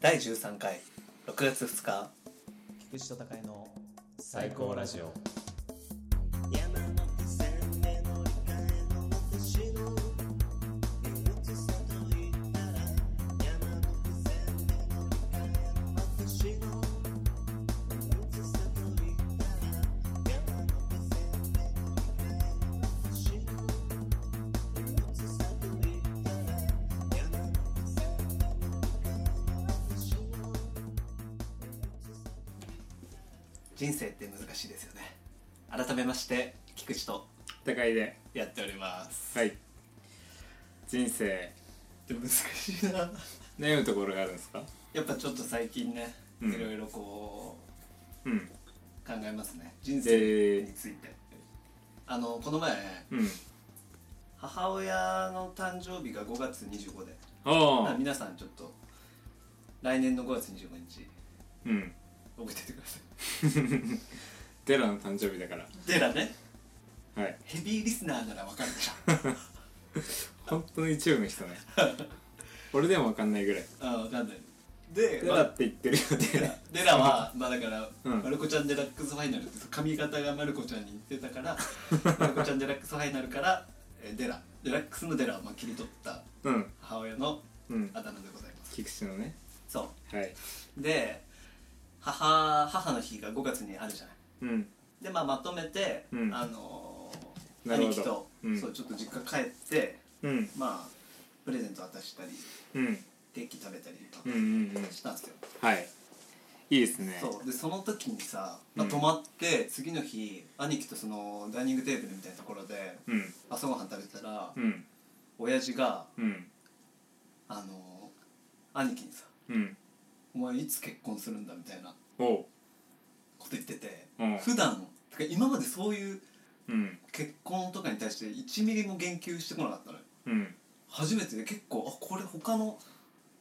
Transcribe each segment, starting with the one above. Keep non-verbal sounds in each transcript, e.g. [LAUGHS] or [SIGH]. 第13回6月2日菊池と高井の最高ラジオ人生って難しいですよね改めまして菊池と高いでやっておりますはい人生でも難しいな悩むところがあるんですかやっぱちょっと最近ねうんいろいろこうんう考えますね人生でについてあのこの前うん母親の誕生日が5月25でまあああ皆さんちょっと来年の5月25日うん覚えててくださいデラの誕生日だからでだねはいヘビーリスナーならわかるでしょ本当の一部の人ね [LAUGHS] 俺でも分かんないぐらいあわかんないでデまラあって言ってるよ [LAUGHS] デラデラはまあだから、うんマルコちゃんデラックスファイナルって髪型がマルコちゃんに似てたから [LAUGHS] マルコちゃんデラックスファイナルからえーデラデラックスのデラをまあ切り取ったうん母親のうんあだ名でございます菊池のねそはいうで母母の日が5月にあるじゃないうんでまあまとめて、うんあのーなる兄ほど貴と、うんそうちょっと実家帰ってうんまあプレゼント渡したりうんケーキ食べたりとうんうかんうんしたんですよ、はいいいですねそうでその時にさ、まあ、うん泊まって次の日、兄貴とそのダイニングテーブルみたいなところでうん朝ごはん食べてたら、うん親父がうんあの兄貴にさうん「お前いつ結婚するんだ」みたいなおうこと言ってて、うん普段てか今までそういううん結婚とかに対して1ミリも言及してこなかったのようん初めてで結構あこれ他の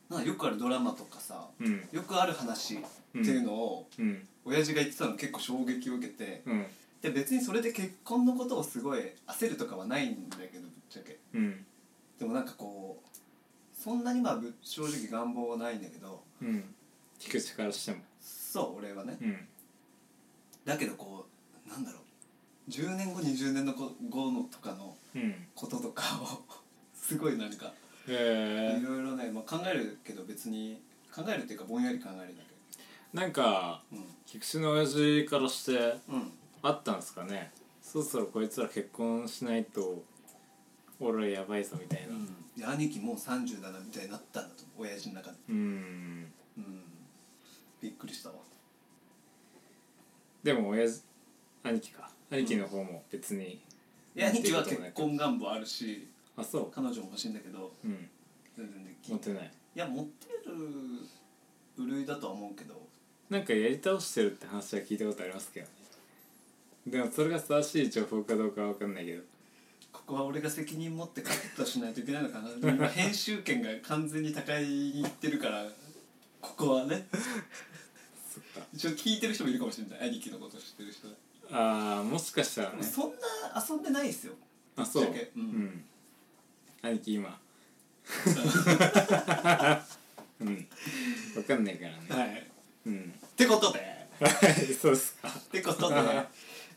なんかよくあるドラマとかさうんよくある話っていうのを、うん親父が言ってたの結構衝撃を受けて、うんで別にそれで結婚のことをすごい焦るとかはないんだけどぶっちゃけうんでもなんかこうそんなにまあぶ正直願望はないんだけどうん菊池からしてもそう俺はねうんだけどこうなんだろう10年後20年の子後のとかのうんこととかを [LAUGHS] すごい何かへいえろいろね、まあ、考えるけど別に考えるっていうかぼんやり考えるだけなんかうん菊池の親父からしてうんあったんですかねそろそろこいつら結婚しないと俺らやばいぞみたいなで兄貴もう30だなみたいになったんだと思う親父の中でうんんうんびっくりしたわでも親父兄貴か兄貴の方も別に、いや兄貴はって結いうこともなく婚願望あるしあそ彼女も欲しいんだけどううん全然でき持なっいてないいや持ってる部類だとは思うけどなんかやり倒してるって話は聞いたことありますけどねでもそれが正しい情報かどうかは分かんないけどここは俺が責任持ってカットしないといけないのかな [LAUGHS] 今編集権が完全に高いに行ってるからここはねそっか一応聞いてる人もいるかもしれない兄貴のこと知ってる人でああもしかしたらもねそんな遊んでないですよあそうぶっちゃけううんん兄貴 [LAUGHS] 今うん分かんないからねはいっうん [LAUGHS] てことではいそうっすかってことで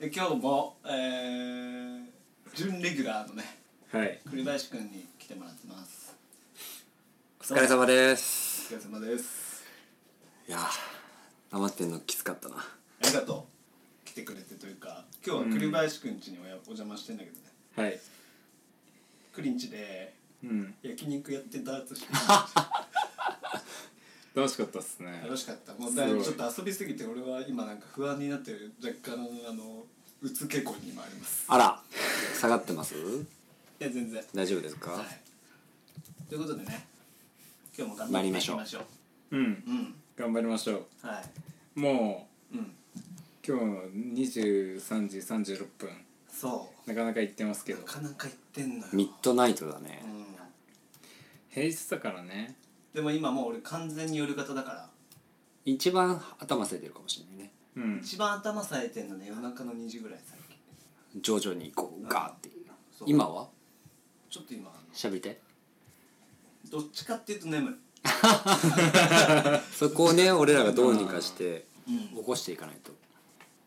え今日もえー、準レギュラーのねはい栗林くんに来てもらってますお疲れ様ですお疲れ様ですいやー黙ってんのきつかったなありがとう来てくれてというか今日は栗林くん家におやお邪魔してんだけどねはい栗ん家でうん焼肉やってダーツして [LAUGHS] 楽しかったっすね楽しかったもうだいぶちすょっごいと遊びすぎて俺は今なんか不安になってる若干のあのうつ傾向に今ありますあら下がってますいや全然大丈夫ですか、はいということでね今日も頑張参ってりいまきしょうましょうううんん頑張りましょはいうもうんう今日の23時36分そなかなか行ってますうけなどかなか言ってんのよ、ミッドナイトだねう、ん、平日だからねでも今もう俺完全に夜型だから一番頭空いてるかもしれないねうん一番頭冴えてんのね夜中の2時ぐらい最近徐々にこうガーっていうそう今はちょっと今あのしゃべってどっちかっていうと眠いそこをね俺らがどうにかしてうん起こしていかないと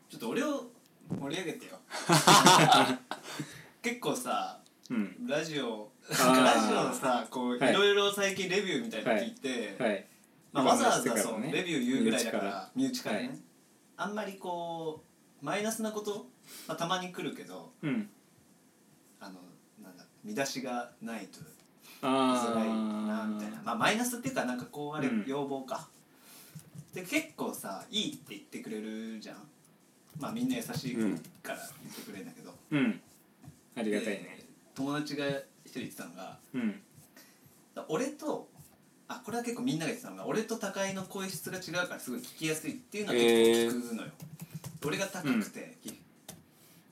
ちょっと俺を盛り上げて [LAUGHS] よ結構さうんラジオあーラジオのさこう、はいいろいろ最近レビューみたいなの聞いて、はいまあ、わざわ今ざ話してそからう、ねレビュー言うぐらいだか身内からら身内からね、はいあんまりこうマイナスなこと、まあ、たまに来るけどうんあのなんだ見出しがないと見づらいなあみたいなまあマイナスっていうかなんかこうあれ、うん要望かで結構さいいって言ってくれるじゃんまあみんな優しいから言ってくれるんだけど、ーうんありでがたいね友達が一人言ってたのがうん俺とあこれは結構みんなが言ってたのが俺と高井の声質が違うからすごい聞きやすいっていうのは結構聞くのよ、俺が高くて、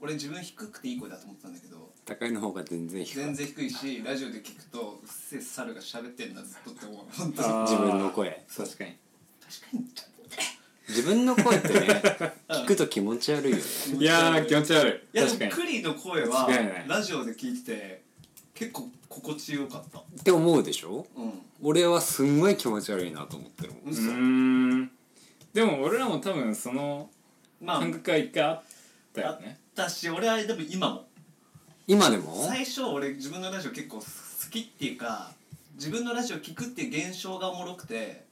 俺自分低くていい声だと思ってたんだけど高いの方が全然低い全然低いしラジオで聞くとうっせえ猿が喋ってんなずっとって思う本当にあー自分の声確かに確かにちょっと自分の声ってね聞くと気持ち悪いよね気持いち悪やー気持ち悪いいや確でかもにクリの声は間違いないラジオで聞いてて結構心地よかったって思うでしょうん俺はすんごい気持ち悪いなと思ってるもんう嘘ーんでも俺らも多分そのまあ感覚は一回あったよね私俺はでも今も今でも最初俺自分のラジオ結構好きっていうか自分のラジオ聞くっていう現象がおもろくて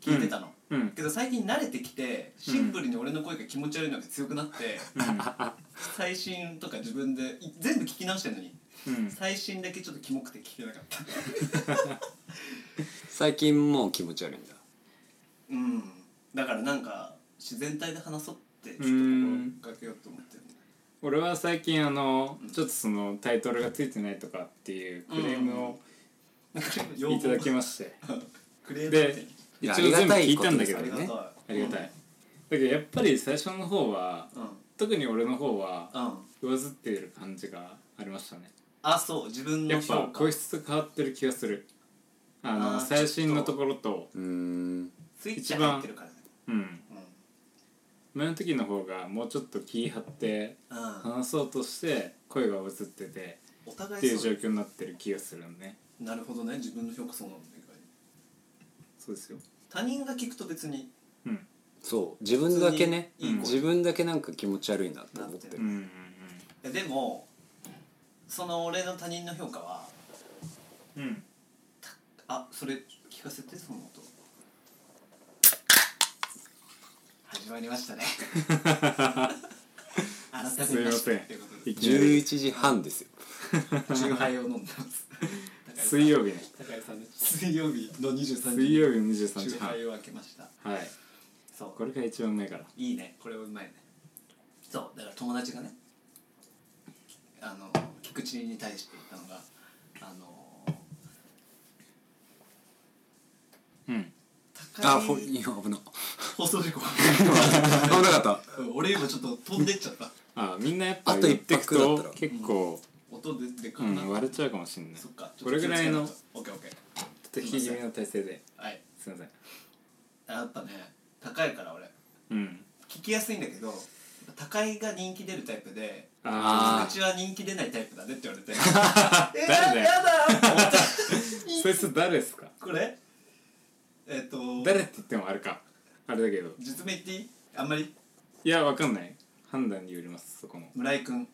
聞いてたの、うんけど最近慣れてきてシンプルに俺の声が気持ち悪いのが強くなって、最新とか自分でい全部聞き直してるのにうん最新だけちょっとキモくて聞けなかった最近もう気持ち悪いんだうんだからなんか自然体で話そうってちょっとうん心がけようと思ってる俺は最近あのちょっとそのタイトルがついてないとかっていうクレームを要望 [LAUGHS] いただきましてクレームみたいでにい一や応全部聞いたんだけどあありりががたたいいこあとですりがたいだけどやっぱり最初の方はうん、うん特に俺の方はうん、上ずっている感じがありましたねあそう自分やのっ評ぱ価声質変わってる気がするあのあー最新のところとうーんスイッチ入ってるからねうん前の時の方がもうちょっと気張ってうん、うん、話そうとして声が映っててお互っていいうそ状う況になってる気がするのねなるほどね自分の評価そうなんだ意外にそうですよ他人が聞くと別にうんそう自分だけね普通にいい声自分だけなんか気持ち悪いなと思ってううるんうんいやでもその俺の他人の評価はうんうんあそれ聞かせてその音始まりました [LAUGHS] ね改めましてということでいきなり11時半ですよ酎ハイを飲んでます水曜日ね高井さんの水曜日の23時水曜日の23酎時半ハイを開けましたはいそうこれが一番前からいいねこれうまいねそうだから友達がねあの菊池に対して言ったのがあのうん高あいほいや危な放送 [LAUGHS] 事故 [LAUGHS] 危なかったうん俺今ちょっと飛んでっちゃったあみんなやっぱあと言ってく一泊だったとら結構、音ででうかんな割れちゃうかもしんないそっかちょっとこれぐらいの気をちょつけないとオッケーオッケーっと引き気味の体勢ではいすいませんやっぱね高いから俺うん聞きやすいんだけど高いが人気出るタイプであ菊池は人気出ないタイプだねって言われ [LAUGHS] てえ誰だよやだって思ったあそいつ誰ですかこれえっ、と誰って言ってもあれかあれだけど実名言っていいあんまりいやわかんない判断によりますそこも村井くん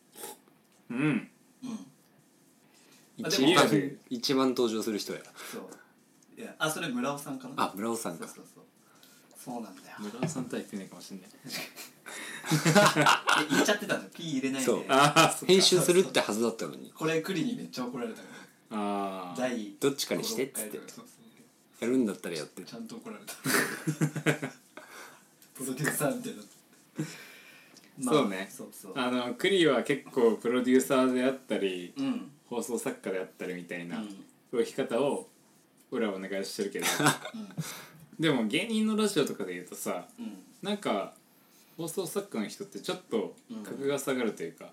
うんうんあでも一番一番登場する人やそういやあそれ村尾さんかなあ村尾さんそうかそうそうそうなんだよ村尾さんとは言ってないかもしんないえ言っちゃってたんだよ P 入れないそうでああそっか編集するってはずだったのにこれクリにめっちゃ怒られたからああ第どっちかにしてっつってそうそうそうやるんだったらやってちゃんと怒られたプロデューサーみたいなそうねそうそうあのクリは結構プロデューサーであったりうん放送作家であったりみたいなうん動き方を俺はお願いしてるけどでも芸人のラジオとかで言うとさうんなんか放送作家の人ってちょっと格が下がるというか、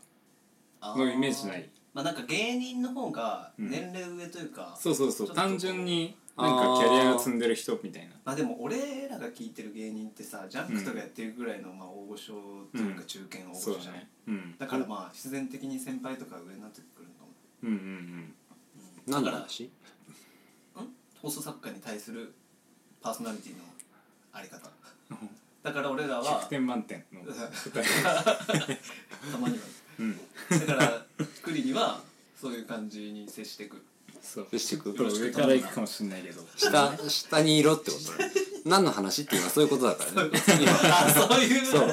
あのイメージないまあなんか芸人の方がうん年齢上というか、そうそうちょそうっと単純になんかキャリアが積んでる人みたいなまあでも俺らが聞いてる芸人ってさジャンクとかやってるぐらいのまあ大御所というかうん中堅大御そ所うだじゃん、ね、うん、だからまあ必然的に先輩とか上になってくるのかもうんうん何の話ん放送作家に対するパーソナリティのあり方だから俺らは100点満点の答えたまにうんはだからクリにはそういう感じに接していくそうそしてくちょっと上から行くかもしれないけど下下にいろってことね何の話って今そういうことだからねあそういうそう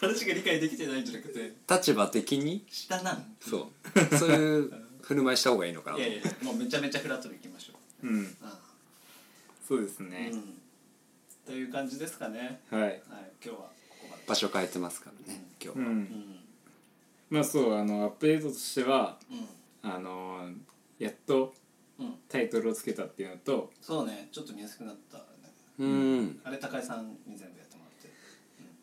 話が理解できてないんじゃなくて立場的に下なんそうそういう振る舞いした方がいいのかないやいやもうめちゃめちゃフラットでいきましょうんう、そうですうんねう、ん、という感じですかねはいはい今日はここまで場所変えてますからね今日うは、うんんまあそうあのアップデートとしてはうんあのやっとうんタイトルをつけたっていうのとそうねちょっと見やすくなったねうんあれ高井さんに全部やってもらって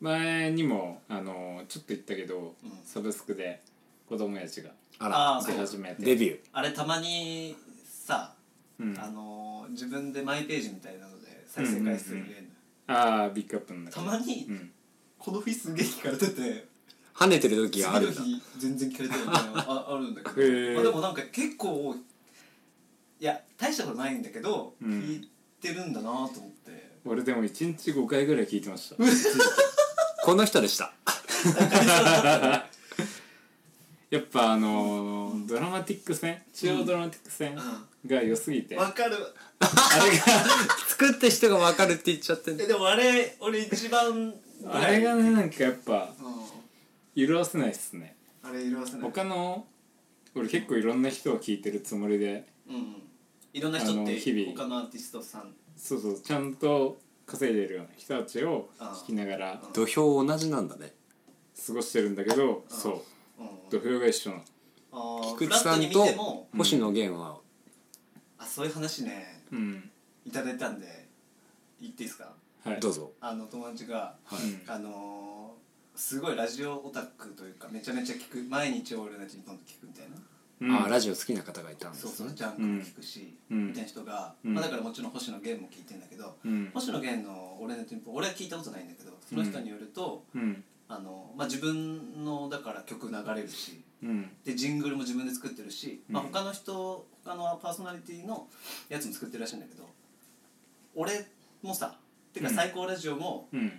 前にもあのちょっと言ったけど、うんサブスクで子供やちがあらあー出始めてデビューあれたまにさうん、あのー自分でマイページみたいなので再生回数入れるのよ、ああビッグアップの中たまに、うん、この日すげえ聞かれてて跳ねてる時次があのるんだ日全然聞かれてないのあ [LAUGHS] あるんだけど、へーまあ、でもなんか結構いや大したことないんだけど、うん聞いてるんだなと思って俺でも一日5回ぐらい聞いてましたこの人でしたやっぱあのードラマティック戦中央ドラマティック戦が良すぎて、わかる作った人が分かるって言っちゃってえるでもあれ俺一番ぐらいあれがねなんかやっぱう色あせないっすねんあれ色褪せない他の俺結構いろんな人を聞いてるつもりでうんうんいろんな人あっのて日々他のアーティストさんそうそうちゃんと稼いでるような人たちを聞きながらうん土俵同じなんだね過ごしてるんだけどそううん土俵が一緒なのあーフ菊池ラッさトんに見とてもうん星野源はあそういう話ねうんいただいたんで言っていいですかはいどうぞあの友達が、はいうんあのーすごいラジオオタクというかめちゃめちゃ聞く毎日「オールナイトニッポン」聞くみたいな、うんあーラジオ好きな方がいたんですそうそうねジャンクも聞くし、うんみたいな人が、うんまあ、だからもちろん星野源も聞いてんだけど、うん星野源の「オールナイトニッポン」俺は聞いたことないんだけどその人によると、うんあのまあ、自分のだから曲流れるしうんでジングルも自分で作ってるし、まあ、うん他の人他のパーソナリティのやつも作ってるらしいんだけど俺もさてかうん最高ラジオもうん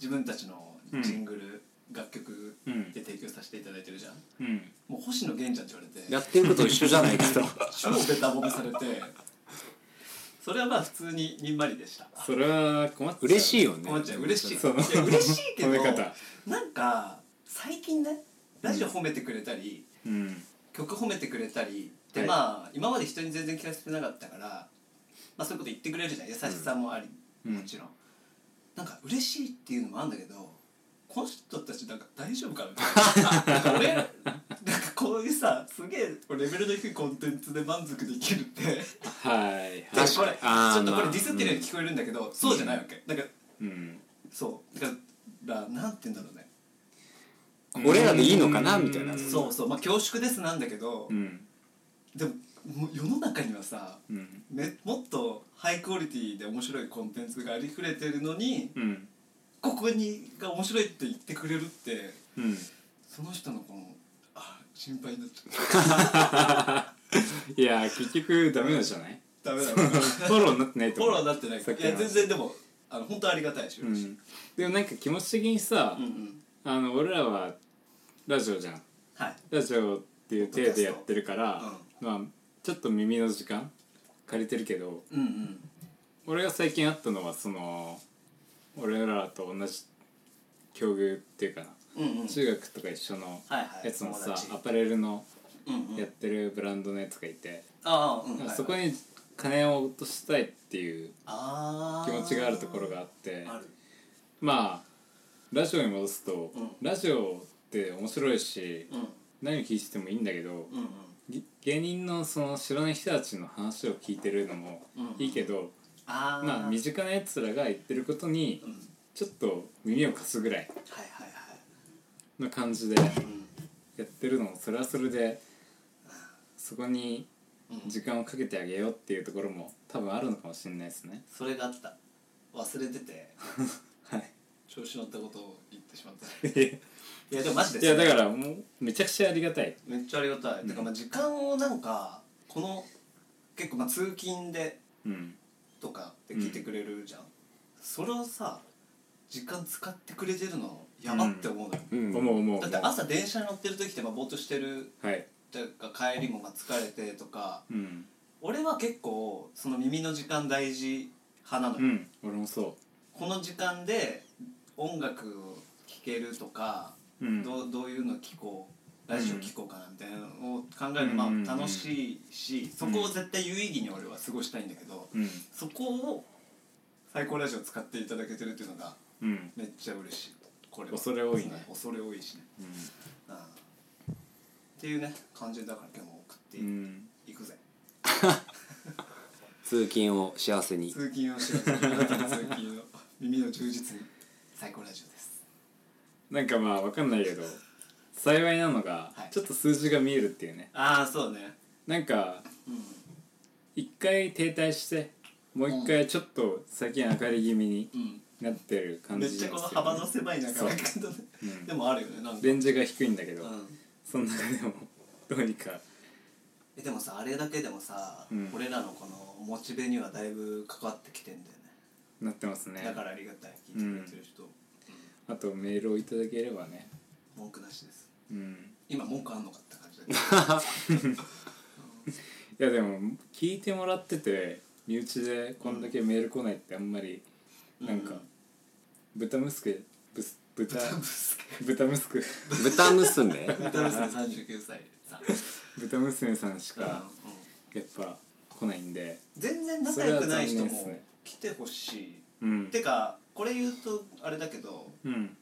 自分たちのジングル、楽曲うんで提供させていただいてるじゃんうんもう星野源ちゃんって言やわれてってること一緒じゃないかと超ベタ褒めされてそれはまあ普通ににんまりでしたそれは困っちゃう嬉しいよね困っちゃう嬉しいいそうや嬉しいけど褒め方なんか最近ねラジオ褒めてくれたり、うん曲褒めてくれたりで、はいまあ今まで人に全然聞かせてなかったから、まあ、そういうこと言ってくれるじゃん優しさもあり、うんもちろんなんか嬉しいっていうのもあるんだけどこの人たちなんか大丈夫かなみたいななんか俺なんかこういうさすげえレベルの低いコンテンツで満足できるってはいこれはい確かにあーちょっとこれまあディスってるように聞こえるんだけど、そうじゃないわけなんかうんそうだからなんて言うんだろうね俺らでいいのかなみたいなうんそうそうまあ恐縮ですなんだけど、うんでももう世の中にはさうんね、もっとハイクオリティで面白いコンテンツがありふれてるのにうんここにが面白いって言ってくれるってうんその人のこのあ心配になっちゃういやー結局ダメなんじゃないダメだなフォローになってないとフォ思うローになってないさっいきのや全然でもあの本当ありがたいし、う嬉しいんでもなんか気持ち的にさ、うんうんあの俺らはラジオじゃんはいラジオっていう体でやってるからポッド、まあちょっと耳の時間借りてるけどうんうん俺が最近あったのはその俺らと同じ境遇っていうかな、うんうん中学とか一緒のはいはいやつもさ、友達アパレルのうんうやっんてるブランドのやつがいて、ああうんなんかはいそこに金を落としたいっていうあ気持ちがあるところががあってあるまあラジオに戻すと、うんラジオって面白いし、うん何を聞いててもいいんだけど、うんうんぎ芸人のその知らない人たちの話を聞いてるのもうんいいけど、ああまあ身近なやつらが言ってることにうんはいちょっと耳を貸すぐらいはいはの感じでいやってるのもそれはそれでそこにうんうん時間をかけてあげようっていうところも多分あるのかもしれないですね。それがあった忘れててはい調子乗ったことを言ってしまったいいやでもマジでやだからもうめちゃくちゃありがたい。めっちゃありがたい、てかまあ時間をなんかこの結構まあ通勤でうんとかで聞いてくれるじゃん、それをさ時間使ってくれてるのやばって思うのよ、うん思う思う思だうって朝電車に乗ってる時ってまあぼーっとしてるはいというか帰りもまあ疲れてとかうん俺は結構その耳の時間大事派なのうよ、ん俺もそこの時間で音楽を聴けるとか、ううんどうどういうの聴こうラジオ聴こうかなみたいなのを考えるのうんうんまあうん楽しいし、そこを絶対有意義に俺は過ごしたいんだけど、うんそこを最高ラジオ使っていただけてるっていうのがうんめっちゃ嬉しいこれは恐れ多いね恐れ多いしね、うん、っていうね感じだから今日も送ってうんうんいくぜ、通勤を幸せに通勤をしようあなたの通勤の [LAUGHS] 耳の充実に最高ラジオですなんかまあわかんないけど幸いなのがはいちょっと数字が見えるっていうねああそうねなんかう一回停滞してもう一回ちょっと最近明るい気味にん、うんなってる感めじっちゃこのですよね幅の狭い中そうだけどねうんでもあるよねなんか、レンジが低いんだけど、うん、その中でもどうにかえでもさあれだけでもさ、うん俺らのこのモチベにはだいぶ関わってきてんだよねなってますねだからありがたい聞いてくれてる人、あとメールをいただければね文句なしですうん今文句あんのかって感じだけどいやでも聞いてもらってて身内でこんだけメール来ないってあんまりなんかうん豚息子ぶす豚豚ブスケ豚息子豚娘豚ブスケ39歳さ、豚娘さんしうんうんかやっぱ来ないんで全然仲良くない人そもれは残念ですね来てほしい、うんてかこれ言うとあれだけどうん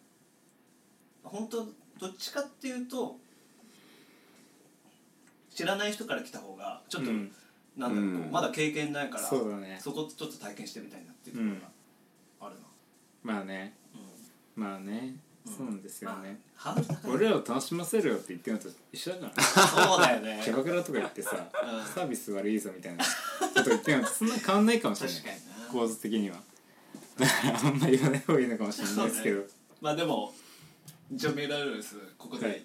本当どっちかっていうと知らない人から来た方がちょっと、うんなんだろうこううんまだ経験ないからそうだねそこちょっと体験してみたいなっていうところがあるな、まあねうんまあね、うんそうなんですよね、まあハードル高い俺らを楽しませるよって言ってるのと一緒だ [LAUGHS] からそうだよ [LAUGHS] ねキャバクラとか行ってさ、うんサービス悪いぞ [LAUGHS] みたいなこと言ってもそんな変わんないかもしれ確かないにな構図的にはだからあんま言わない方がいいのかもしれないですけど、まあでも一応メールアドレスここはいで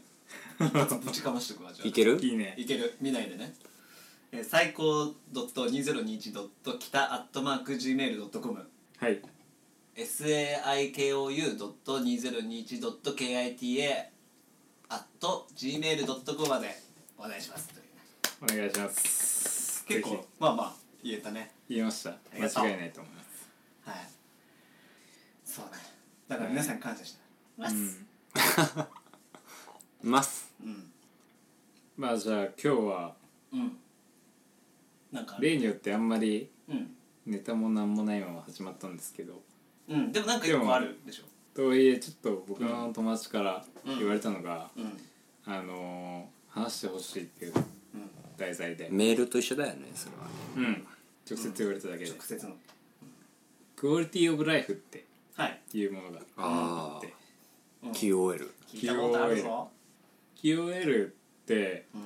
一発ぶちかましてくわじゃあいけるいいねいける見ないでね、えー、最高 .2021. 北 .gmail.com はい saikou.2021.kita.gmail.com までお願いしますというねお願いします結ぜ構まあまあ言えたねひ言いましたりがとう間違いないと思いますはいそうねだから皆さんに感謝してます、ますうんまあじゃあ今日はうんなんかある例によってあんまりうんネタもなんもないまま始まったんですけどうんでもなんか一で個もあるでしょとはいえちょっと僕の友達からうん言われたのが、うんあのー話してほしいっていううん題材で、メールと一緒だよねそれはうねん、直接言われただけで、直接のクオリティオブライフってはいいうものがあーって QOL 聞いたことあるぞ QOL ってう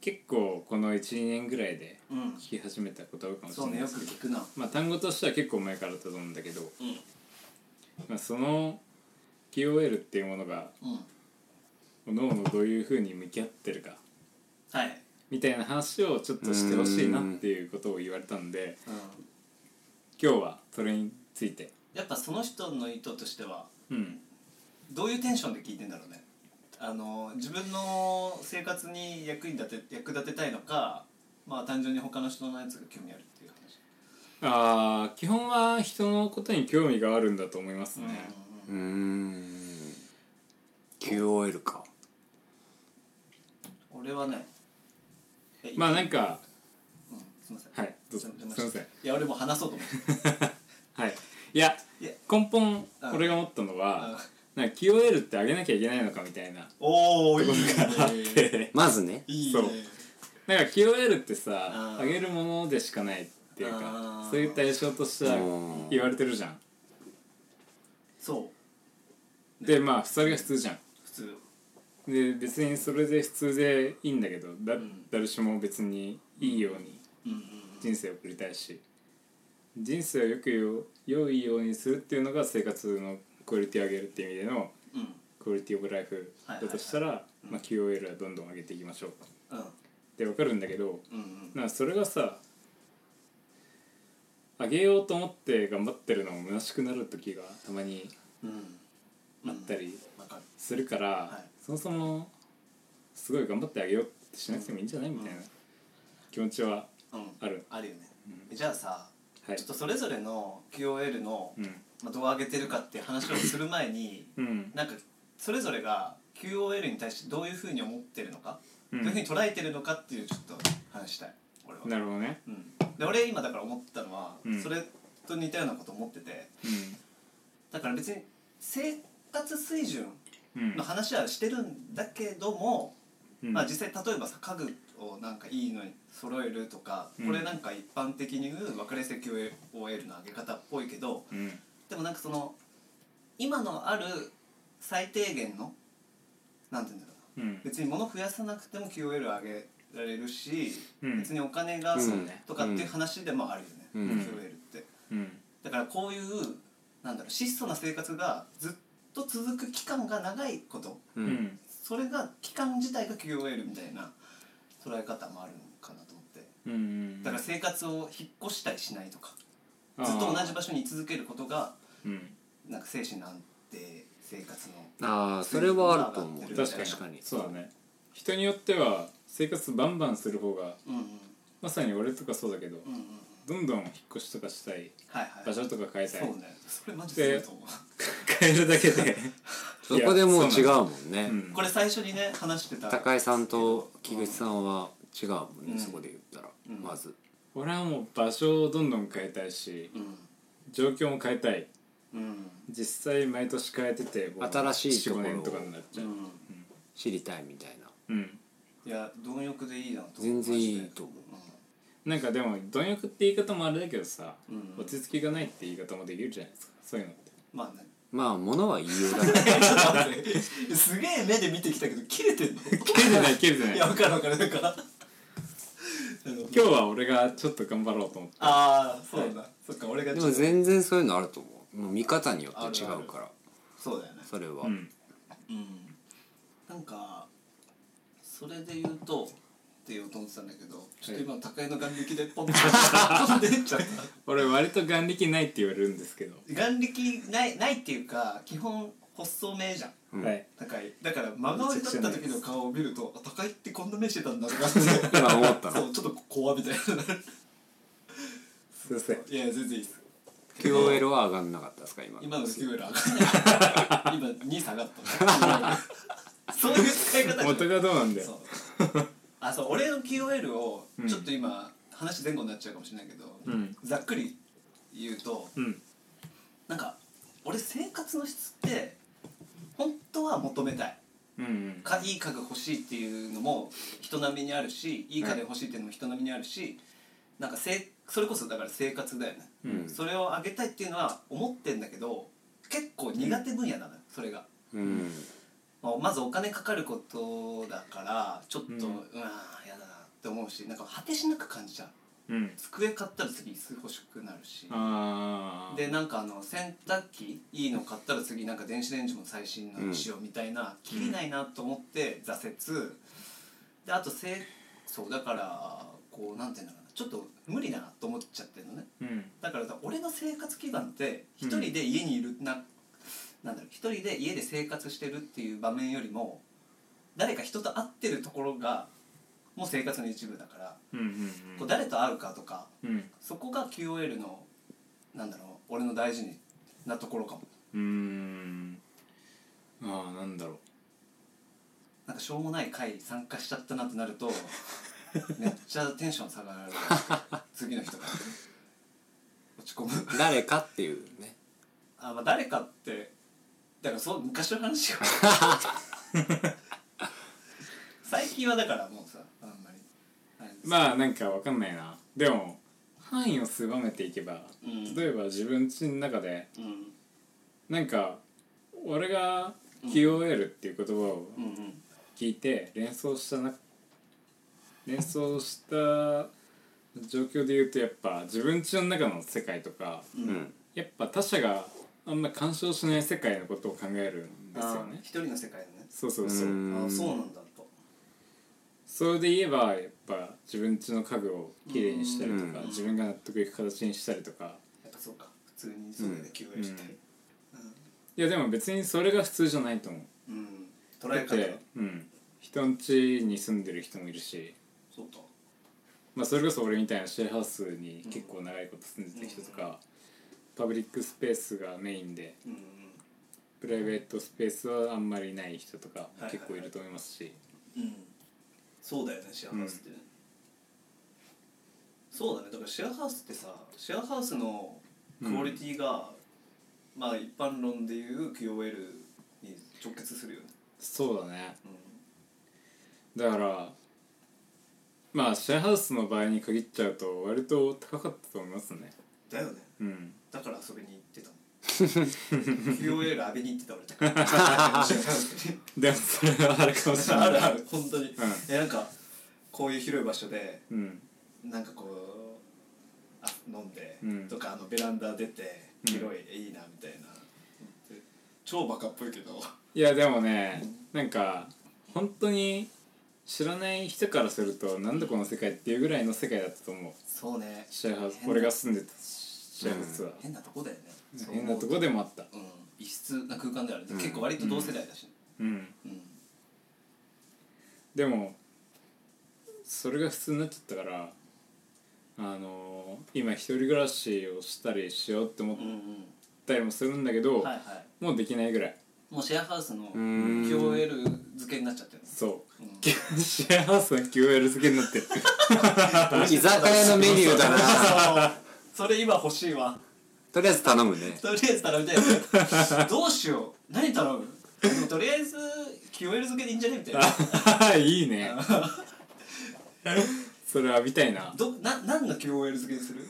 結構この12年ぐらいでんうん聞き始めたことかもしそれうなねいよでくすけ聞ど、くなまあ、単語としては結構前からだと思うんだけど、うんまあ、その QOL っていうものがうん脳のどういうふうに向き合ってるかはいみたいな話をちょっとしてほしいなっていうことを言われたんでうん今日はそれについて、やっぱその人の意図としてはうん、どういうテンションで聞いてんだろうねあの自分の生活に役に立て役立てたいのかまあ単純に他の人のやつが興味あるっていう話あー基本は人のことに興味があるんだと思いますね、うーん QOL かうん俺はねえまあなんかうんすいませんはいどうぞすいますいせまんせんいや俺もう話そうと思 [LAUGHS] ってはいいやいや根本うん俺が思ったのうんはなんか QOL ってあげなきゃいけないのかみたいなおおいいねまずねいいそうねなんか QOL ってさうんあげるものでしかないっていううかんそういう対象としてはうん言われてるじゃんそうでまあそれが普通じゃん普通で別にそれで普通でいいんだけどだうん誰しも別にいいようにうんうん人生を送りたいし人生をよくよ良いようにするっていうのが生活のクオリティを上げるっていう意味でのうんクオリティオブライフだとしたら、まあ、QOL はどんどん上げていきましょうっうんてわかるんだけど、うんうんなんかそれがさ上げようと思って頑張ってるのも虚しくなる時がたまにうんあったりわかるするから、はいそもそもすごい頑張ってあげようってしなくてもいいんじゃないみたいな気持ちはうんある。あるよねうんじゃあさはいちょっとそれぞれの QOL の、うんまあ、どう上げてるかっていう話をする前にうんなんかそれぞれが QOL に対してどういうふうに思ってるのか、うんどういうふうに捉えてるのかっていうちょっと話したい俺は、なるほどね。うん、で俺今だから思ったのは、うんそれと似たようなこと思っててだから別に生活水準うんうんの話はしてるんだけども、うんまあ、実際例えばさ家具をなんかいいのに揃えるとか、うんこれなんか一般的に言う分かりやすい QOL の上げ方っぽいけど、うんでもなんかその今のある最低限のなんて言うんだろううんな別に物増やさなくても QOL 上げられるし、うん別にお金が、そうねとかっていう話でもあるよね、うん QOL ってうんだからこういうなんだろう質素な生活がずっと続く期間が長いことううんんそれが期間自体が QOL みたいな捉え方もあるのかなと思ってうんだから生活を引っ越したりしないとかずっと同じ場所に居続けることがうんなんか精神の安定生活のああそれはあると思う確確かに確かにそうだね人によっては生活バンバンする方がうんうんまさに俺とかそうだけどうんうんうんどんどん引っ越しとかしたいはいはい場所とか変えたいそうねそれマジですごいと思う変えるだけでそこでもう違うもん [LAUGHS] ね、うんこれ最初にね話してた高井さんと木口さんは違うもんね、うんそこで言ったら、うんまず俺はもう場所をどんどん変えたいしうん状況も変えたいうん実際毎年変えててもう新しいところ4-5年とかになっうちゃうん知りたいみたいなうんいや貪欲でいいなと思う全然いいと思なんかでも貪欲って言い方もあれだけどさうんうん落ち着きがないって言い方もできるじゃないですかそういうのってまあね [LAUGHS] まあ物は言いようだけどちょっと待ってすげえ目で見てきたけど切れてんの切れてない切れてないいや分かる分かる分かるなるほど今日は俺がちょっと頑張ろうと思ってああそうだそっか俺がでちょもっと全然そういうのあると思うもう見方によって違うからあるそうだよねそれは、ううんんなんかそれで言うとって言おうと思ってたんだけどちょっと今高井の眼力でポンって飛んでっちゃった俺割と眼力ないって言われるんですけど、眼力ないないっていうか基本細目じゃんうんはい高井だから真顔に立った時の顔を見るとあ高井ってこんな目してたんだとかって [LAUGHS] 今思ったそのうちょっと怖 [LAUGHS] みたいなすいませんいや全然いいっす QOL は上がんなかったですか今今の QL 上 [LAUGHS] がった今2下が [LAUGHS] ったそういう使い方じゃん元がどうなんだそうよあそう俺の QOL をちょっと今、話前後になっちゃうかもしれないけど、うんざっくり言うとうんなんか俺生活の質って本当は求めたいうんうんかいい家具欲しいっていうのも人並みにあるしいい家電欲しいっていうのも人並みにあるし、なんかせいそれこそだから生活だよね、うんそれを上げたいっていうのは思ってんだけど結構苦手分野なのよ、それが。うんまあ、まずお金かかることだからちょっと、ううんん、やだなって思うしなんか果てしなく感じちゃううん机買ったら次椅子欲しくなるしああでなんかあの洗濯機いいの買ったら次なんか電子レンジも最新のにしようみたいな、切りないなと思って挫折であとせそうだからこうなんていうんだろうなちょっと無理だなと思っちゃってるのねうんだからさ俺の生活基盤って一人で家にいるな,、なんだろう一人で家で生活してるっていう場面よりも誰か人と会ってるところがもう生活の一部だから、うんうんこう誰と会うかとかうんそこが QOL のなんだろう俺の大事なところかもうーんああなんだろうなんかしょうもない回参加しちゃったなってなると [LAUGHS] めっちゃテンション下がる次の人が落ち込む誰かっていうねあまあ誰かってだからそう昔の話 [LAUGHS] よ最近はだからもうさあんまりあれですまあなんかわかんないなでも範囲を狭めていけば、うん例えば自分家の中でうんなんか俺が QOL っていう言葉をうんうん聞いて連想したな連想した状況で言うとやっぱ自分家の中の世界とかうんうんやっぱ他者があんま干渉しない世界のことを考えるんですよあーね一人の世界のねそうそうそううんああそうなんだとそれで言えばやっぱ自分家の家具をきれいにしたりとか、うん自分が納得いく形にしたりとかやっぱそうか普通にそれで休園していやでも別にそれが普通じゃないと思ううん、うん、捉だえっ方て、うん、人ん家に住んでる人もいるし、そうかまあ、それこそ俺みたいなシェアハウスに結構長いこと住んでた人とか、パブリックスペースがメインでうんプライベートスペースはあんまりない人とかいはい結構いると思いますし、うんうんそうだよねシェアハウスって、ねそうだねだからシェアハウスってさシェアハウスのクオリティが、まあ一般論でいう QOL に直結するよね、そうだねうだからまあシェアハウスの場合に限っちゃうと割と高かったと思いますねん、だよねうんだから遊びに行って [LAUGHS] たの QOL 浴びに行ってた [LAUGHS] 俺でもそれはあるかもしれなあいるある本当に、んえなんかこういう広い場所でうんなんかこうあ飲んで、うんとかあのベランダ出てうん広い、いいなみたいな超バカっぽいけどいやでもねなんか本当に知らない人からするとなんでこの世界っていうぐらいの世界だったと思うそうねシェアハウス変な俺が住んでたシェアハウスは、変なとこだよねそう変思なうとこでもあったうん異質な空間である、結構割と同世代だし、うんうんでもそれが普通になっちゃったからあのー今一人暮らしをしたりしようって思っうんたりもするんだけど、うんはいはいもうできないぐらいもうシェアハウスのん QOL 付けになっちゃってるそううん [LAUGHS] シェアハウスの QL 付けになってる [LAUGHS] 居酒屋のメニューだなな [LAUGHS] それ今欲しいわとりあえず頼むねとりあえず頼みたい [LAUGHS] よねどうしよう何頼むでもとりあえず QL 漬けでいいんじゃねみたいないい [LAUGHS] ねそれ浴びたいなどな何の QL 漬けにする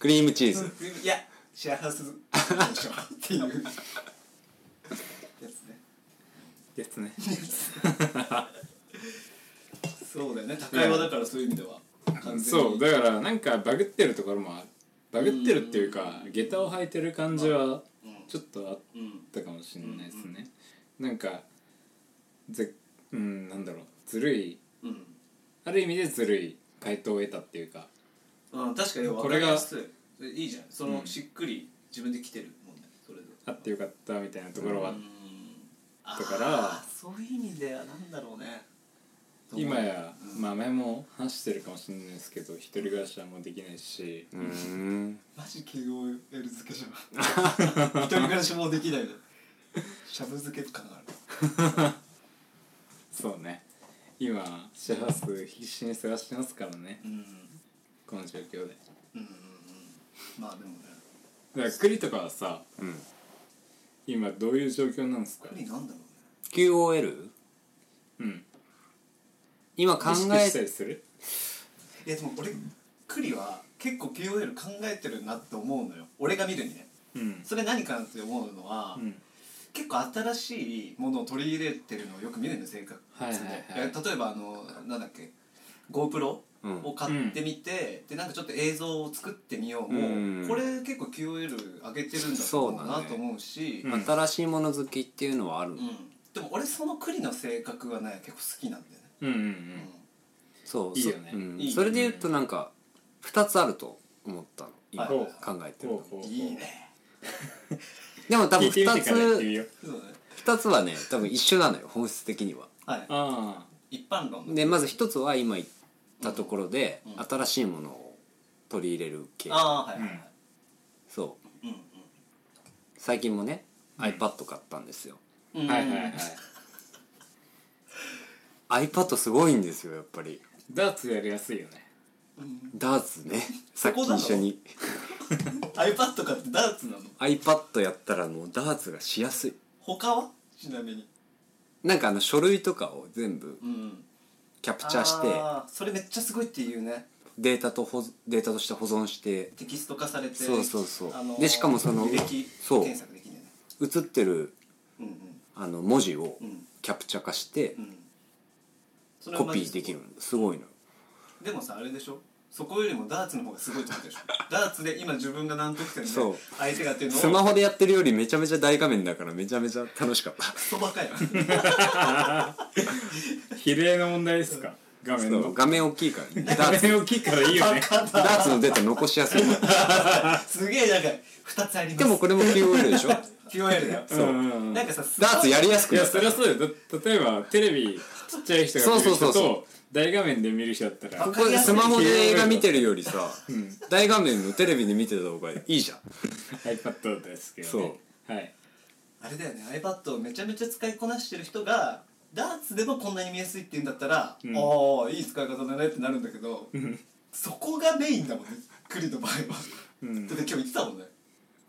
クリームチーズいやシェアハウスでしょっていうやつねやつねそうだよね高いはだからそういう意味では完全にそうだからなんかバグってるところもあるバグってるっていうか下駄を履いてる感じはうんちょっとあっうんったかもしれないですね、なんかぜうんなんだろうずるいうんある意味でずるい回答を得たっていうかうん、確かに分こかれりがやすいいいじゃんその、うんしっくり自分で来てるもんねそれであってよかったみたいなところは、だからそういう意味ではなんだろうね今や、まあ前も話してるかもしれないですけど一人暮らしはもうできないし、うーんマジ KOL 漬けじゃん一人暮らしもうできないのしゃぶ漬け感があるそうね今シェアハウス必死に探してますからねうんうんこの状況でうんうんまあでもねだから栗とかはさうん今どういう状況なんですかこれなんだろうね QOL うん今考意識えしたりするいやでも俺栗は結構 KOL 考えてるなって思うのよ俺が見るにねうんそれ何かなって思うのは、うん結構新しいものを取り入れてるのをよく見るのよ性格はいはいはいや例えばあのなんだっけ GoPro うんを買ってみて、でなんかちょっと映像を作ってみようも、うんこれ結構 QOL 上げてるんだそろううだねなと思うしうん新しいもの好きっていうのはあるうんでも俺その栗の性格はね結構好きなんだよね、うんうんううんんそういいそよねうんいいよねそれで言うとなんか2つあると思ったの今はい考えてこるのうこうこういいねでも多分聞いてみ2てから言ってみつようそうだね2つはね多分一緒なのよ本質的にははいあ一般論でまず1つは今言ったところでうん新しいものを取り入れる系ああはいはいはい、そううん最近もね iPad 買ったんですようんうあんはいはいはい iPad すごいんですよやっぱりダーツやりやすいよねうんダーツ [LAUGHS] ねそさっきこなの一緒に iPad 買ってダーツなの iPad やったらもうダーツがしやすい他はちなみになんかあの書類とかを全部うんキャプチャーしてあーそれめっちゃすごいっていうねデータとほデータとして保存してテキスト化されてそうそうそうあのーでしかもその履歴そう検索できるよね写ってるうんあの文字をうんキャプチャー化してうんうんそれはコマピジーできるすのすごいごのいでもさあれでしょそこよりもダーツの方がすごいってことでしょダーツで今自分が何得点でそう相手がっていうのをスマホでやってるよりめちゃめちゃ大画面だからめちゃめちゃ楽しかったクソバカや比例の問題ですか画面そうの画面大きいからね画ダーツ面大きいからいいよねダーツのデータ残しやすいからすげえなんか2つありますでもこれも QOL でしょ QOL だよそううんなんかさすごダいーツやりやすいくなやっそたりゃ [LAUGHS] そうだよだ例えばテレビちっちゃい人が見るそうそうそう人そと大画面で見る人だったらここでスマホで映画見てるよりさ、大画面のテレビで見てた方がいいじゃん iPad ですけどねそはいあれだよね iPad をめちゃめちゃ使いこなしてる人がダーツでもこんなに見やすいって言うんだったら、んああいい使い方だねってなるんだけどそこがメインだもんねクリの場合は、だって今日言ってたもんね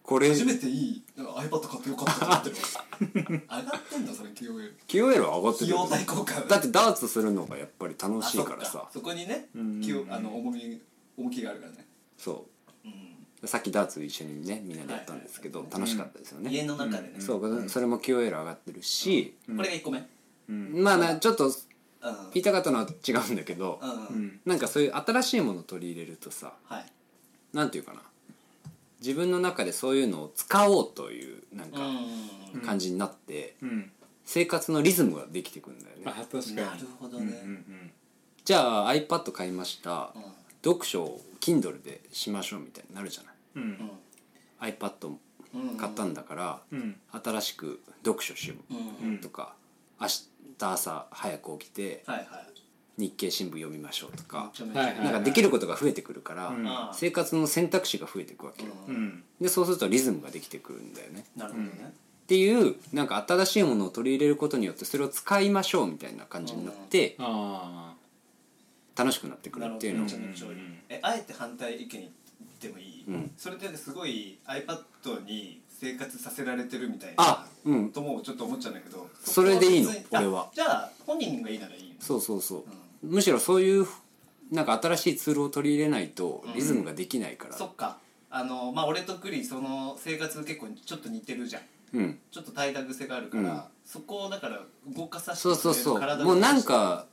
これ初めていいなんか iPad 買ってよかったって言ってる上がってんだそれ QOL QOL は上がって費るよ用対効果だってダーツするのがやっぱり楽しいからあそっさそこにね、ん気をあの重み重きがあるからね、そうさっきダーツ一緒にねみんなでやったんですけど、楽しかったですよね、家の中でね、そう、それも QOL 上がってるし、これが1個目うんまあなちょっとうん言いたかったのは違うんだけど、うん、なんかそういう新しいものを取り入れるとさはいなんていうかな自分の中でそういうのを使おうというなんうんか感じになって、うん生活のリズムができてくんだよあね確かになるほどうんうね、んじゃあ iPad 買いました、ん読書を Kindle でしましょうみたいになるじゃうんうんない iPad もうん買ったんだから、うん新しく読書しよううんうんとか、明日朝早く起きてはいはい日経新聞読みましょうとかめ、ちゃめちゃはいはいなんかできることが増えてくるから、んああ生活の選択肢が増えていくわけよ、ううんんでそうするとリズムができてくるんだよねなるほどね、っていうなんか新しいものを取り入れることによってそれを使いましょうみたいな感じになってあ楽しくなってくるなるっほてどめいうのをちゃめちゃ多いえあえて反対意見言ってもいい、うんそれってすごい iPad に生活させられてるみたいなあうんともちょっと思っちゃうんだけどそれでいいのそこ別に俺はあじゃあ本人がいいならいいよそうそうそう、むしろそういうなんか新しいツールを取り入れないとリズムができないからそっかあのまあ俺とクリその生活結構ちょっと似てるじゃんうんちょっと怠惰癖があるから、うんそこをだから動かさせてそうそうそくれるう体をもうなんか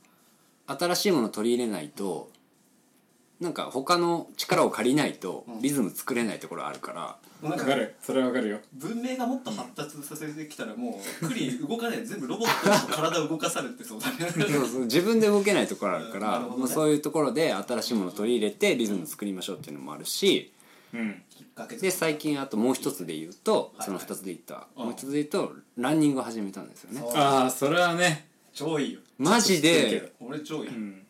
新しいものを取り入れないとなんか他の力を借りないとリズム作れないところあるから、もうなんあわかかるそれはわかるよ文明がもっと発達させてきたらもうクリ動かない全部ロボットの体を動かされてそうだねそうそう自分で動けないところあるかなら、るほどねもうそういうところで新しいものを取り入れてリズム作りましょうっていうのもあるしうんきっかけ [LAUGHS] で最近あともう一つで言うといその二つで言った、うんもう一つで言うとランニングを始めたんですよねそうああそれはね超いいよマジで俺超いい、うん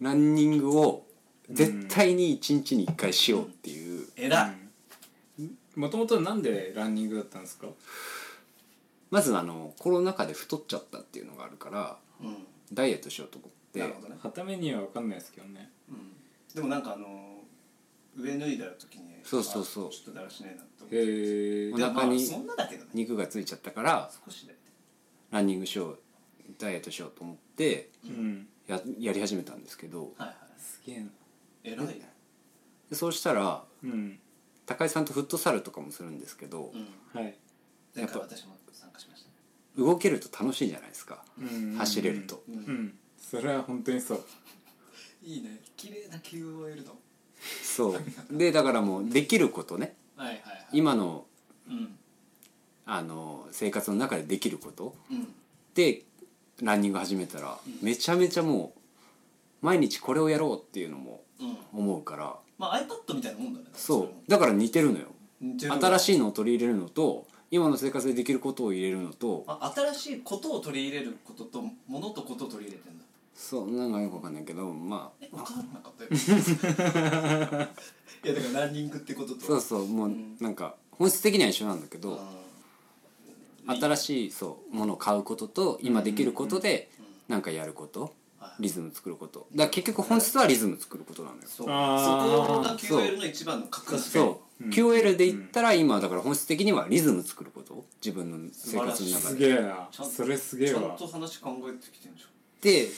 ランニングを絶対に1日に1回しようっていう、偉い、もともとなんでランニングだったんですかまずあのコロナ禍で太っちゃったっていうのがあるからうんダイエットしようと思ってなるほどね、はためにはわかんないですけどねうん、でもなんかあの上脱いだ時にそうそうそうあちょっとだらしねえなと思ってへえお腹にでもまあそんなだけどね肉がついちゃったから少しだよねランニングしようダイエットしようと思ってうんややり始めたんですけどはいはいすげえな偉いねでそうしたらうん高井さんとフットサルとかもするんですけどうんはい前回やっ私も参加しました動けると楽しいじゃないですかうん走れるとううんんそれは本当にそういいね綺麗な QOL のそうでだからもうできることねはいはいはい今のうんあの生活の中でできることうんでランニング始めたらめちゃめちゃもう毎日これをやろうっていうのもうん思うからまあ iPad みたいなもんだねそうだから似てるのよ新いしいのを取り入れるのと今の生活でできることを入れるのとあ新しいことを取り入れることと物とことを取り入れてんだそうなんかよくわかんないけどまえ分からなかったよいやだか [LAUGHS] らランニングってこととあそうそうもうなんか本質的には一緒なんだけどうん新しいそうものを買うことと今できることでなんかやることはいリズム作ることだから結局本質はリズム作ることなのよそうそあーこがそう QOL の一番の格好そう、QL で言ったら今だから本質的にはリズム作ること自分の生活の中すでげえなちゃんとそれすげえちゃんわと話考えてきてんじで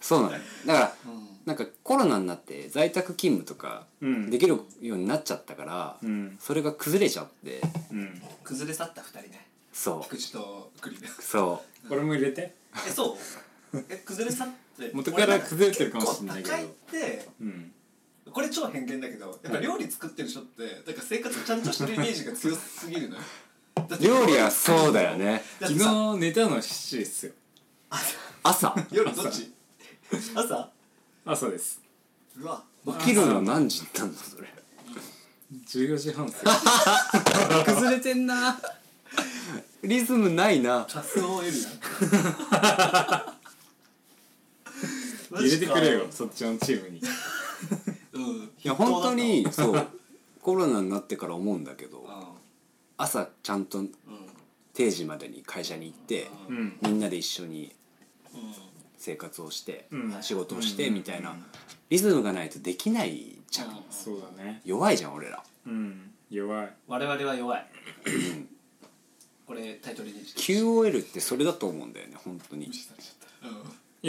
そうなのだからゃんうんなんかコロナになって在宅勤務とかうんできるようになっちゃったから、うんそれが崩れちゃってうん崩れ去った二人ねそ [LAUGHS] 菊池と栗ねうそこれも入れてえそうえ崩れ去って [LAUGHS] 元から崩れてるかもしんないけど俺んか結構高いってうんこれ超偏見だけどやっぱ料理作ってる人ってだから生活ちゃんとしてるイメージが強すぎるのよだっうて料理はそうだよねだっ昨てさ日寝たの7時っすよ朝夜どっち朝朝ですうわ起きるの何時なんだそれ14時半です [LAUGHS] 崩れてんなリズムないなカスを得るな [LAUGHS] [LAUGHS] 入れてくれよそっちのチームにうんいいや本当にそうコロナになってから思うんだけど朝ちゃんとうんうん定時までに会社に行ってうんみんなで一緒にう生活をして、うん仕事をしてみたいな、リズムがないとできないじゃん、んそうだね弱いじゃん俺らうん弱い我々は弱いこれタイトルにして QOL ってそれだと思うんだよね本当にうんい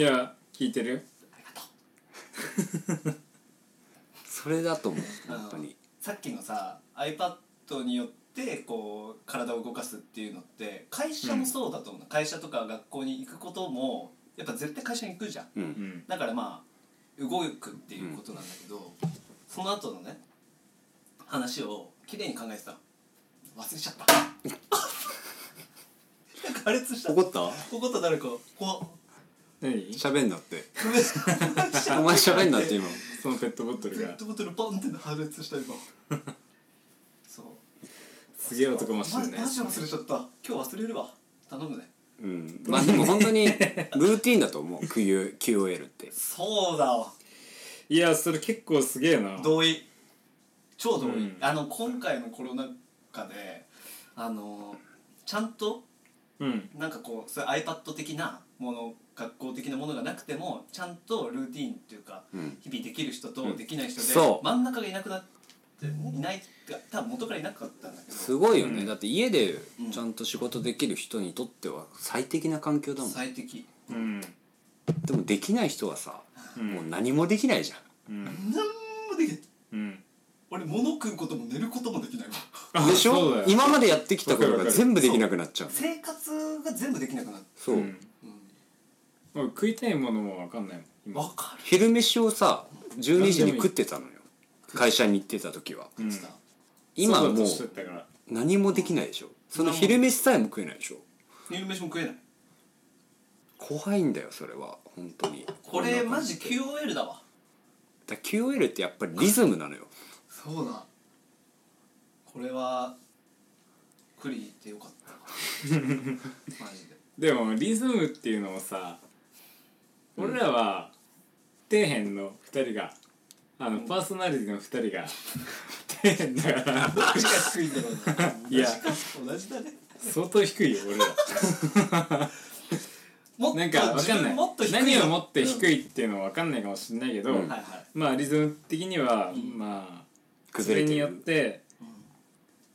や聞いてるそれだと思う本当にさっきのさ iPad によってこう体を動かすっていうのって会社もそうだと思う、会社とか学校に行くこともやっぱ絶対会社に行くじゃんううんんだからまあ動くっていうことなんだけど、その後のね話を綺麗に考えてたの忘れちゃった [LAUGHS] なんか破裂した怒った怒った誰か怖っ何喋んな [LAUGHS] ってごめんし [LAUGHS] お前喋んなって今そのペットボトルペッがトボトルポンって破裂した [LAUGHS] 今そうすげえ男もしてるねママジ忘れちゃった今日忘れるわ頼むねうんまあでも本当にルーティンだと思う Q- QOL ってそうだわいやそれ結構すげえな同意超同意、うんあの今回のコロナ禍であのちゃんとうんなんかこうそういう iPad 的なもの学校的なものがなくてもちゃんとルーティーンっていうか、うん日々できる人とできない人で、うんそう真ん中がいなくなっていないってか多分元からいなかったんだけどすごいよね、うんだって家でちゃんと仕事できる人にとっては最適な環境だもん最適うんでもできない人はさ、うんもう何もできないじゃうんん何もできないうん俺物食うことも寝ることもできないわでしそうだょよ今までやってきたことわかるわがかる全部できなくなっちゃう生活が全部できなくなってそう、ん俺食いたいものも分かんないもん今わかる昼飯をさ12時に食ってたのよ会社に行ってた時はうんした、今はそうだもうとしてたから何もできないでしょその昼飯さえも食えないでしょ昼飯も食えない怖いんだよそれは本当にこれマジだか QOL だわら QOL ってやっぱりリズムなのよそうだこれはクリってよかったわマジででもリズムっていうのもさ俺らは底辺の2人があのパーソナリティの2人が底辺だからどっちが低いんだろうないや同じだね相当低いよ俺らもっとなんか分かんな自分もっと低いい何をもって低い、いっていうのは分かんないかもしれないけど、ううんんはいはいまあリズム的には、んまあそれ崩れにてよっるて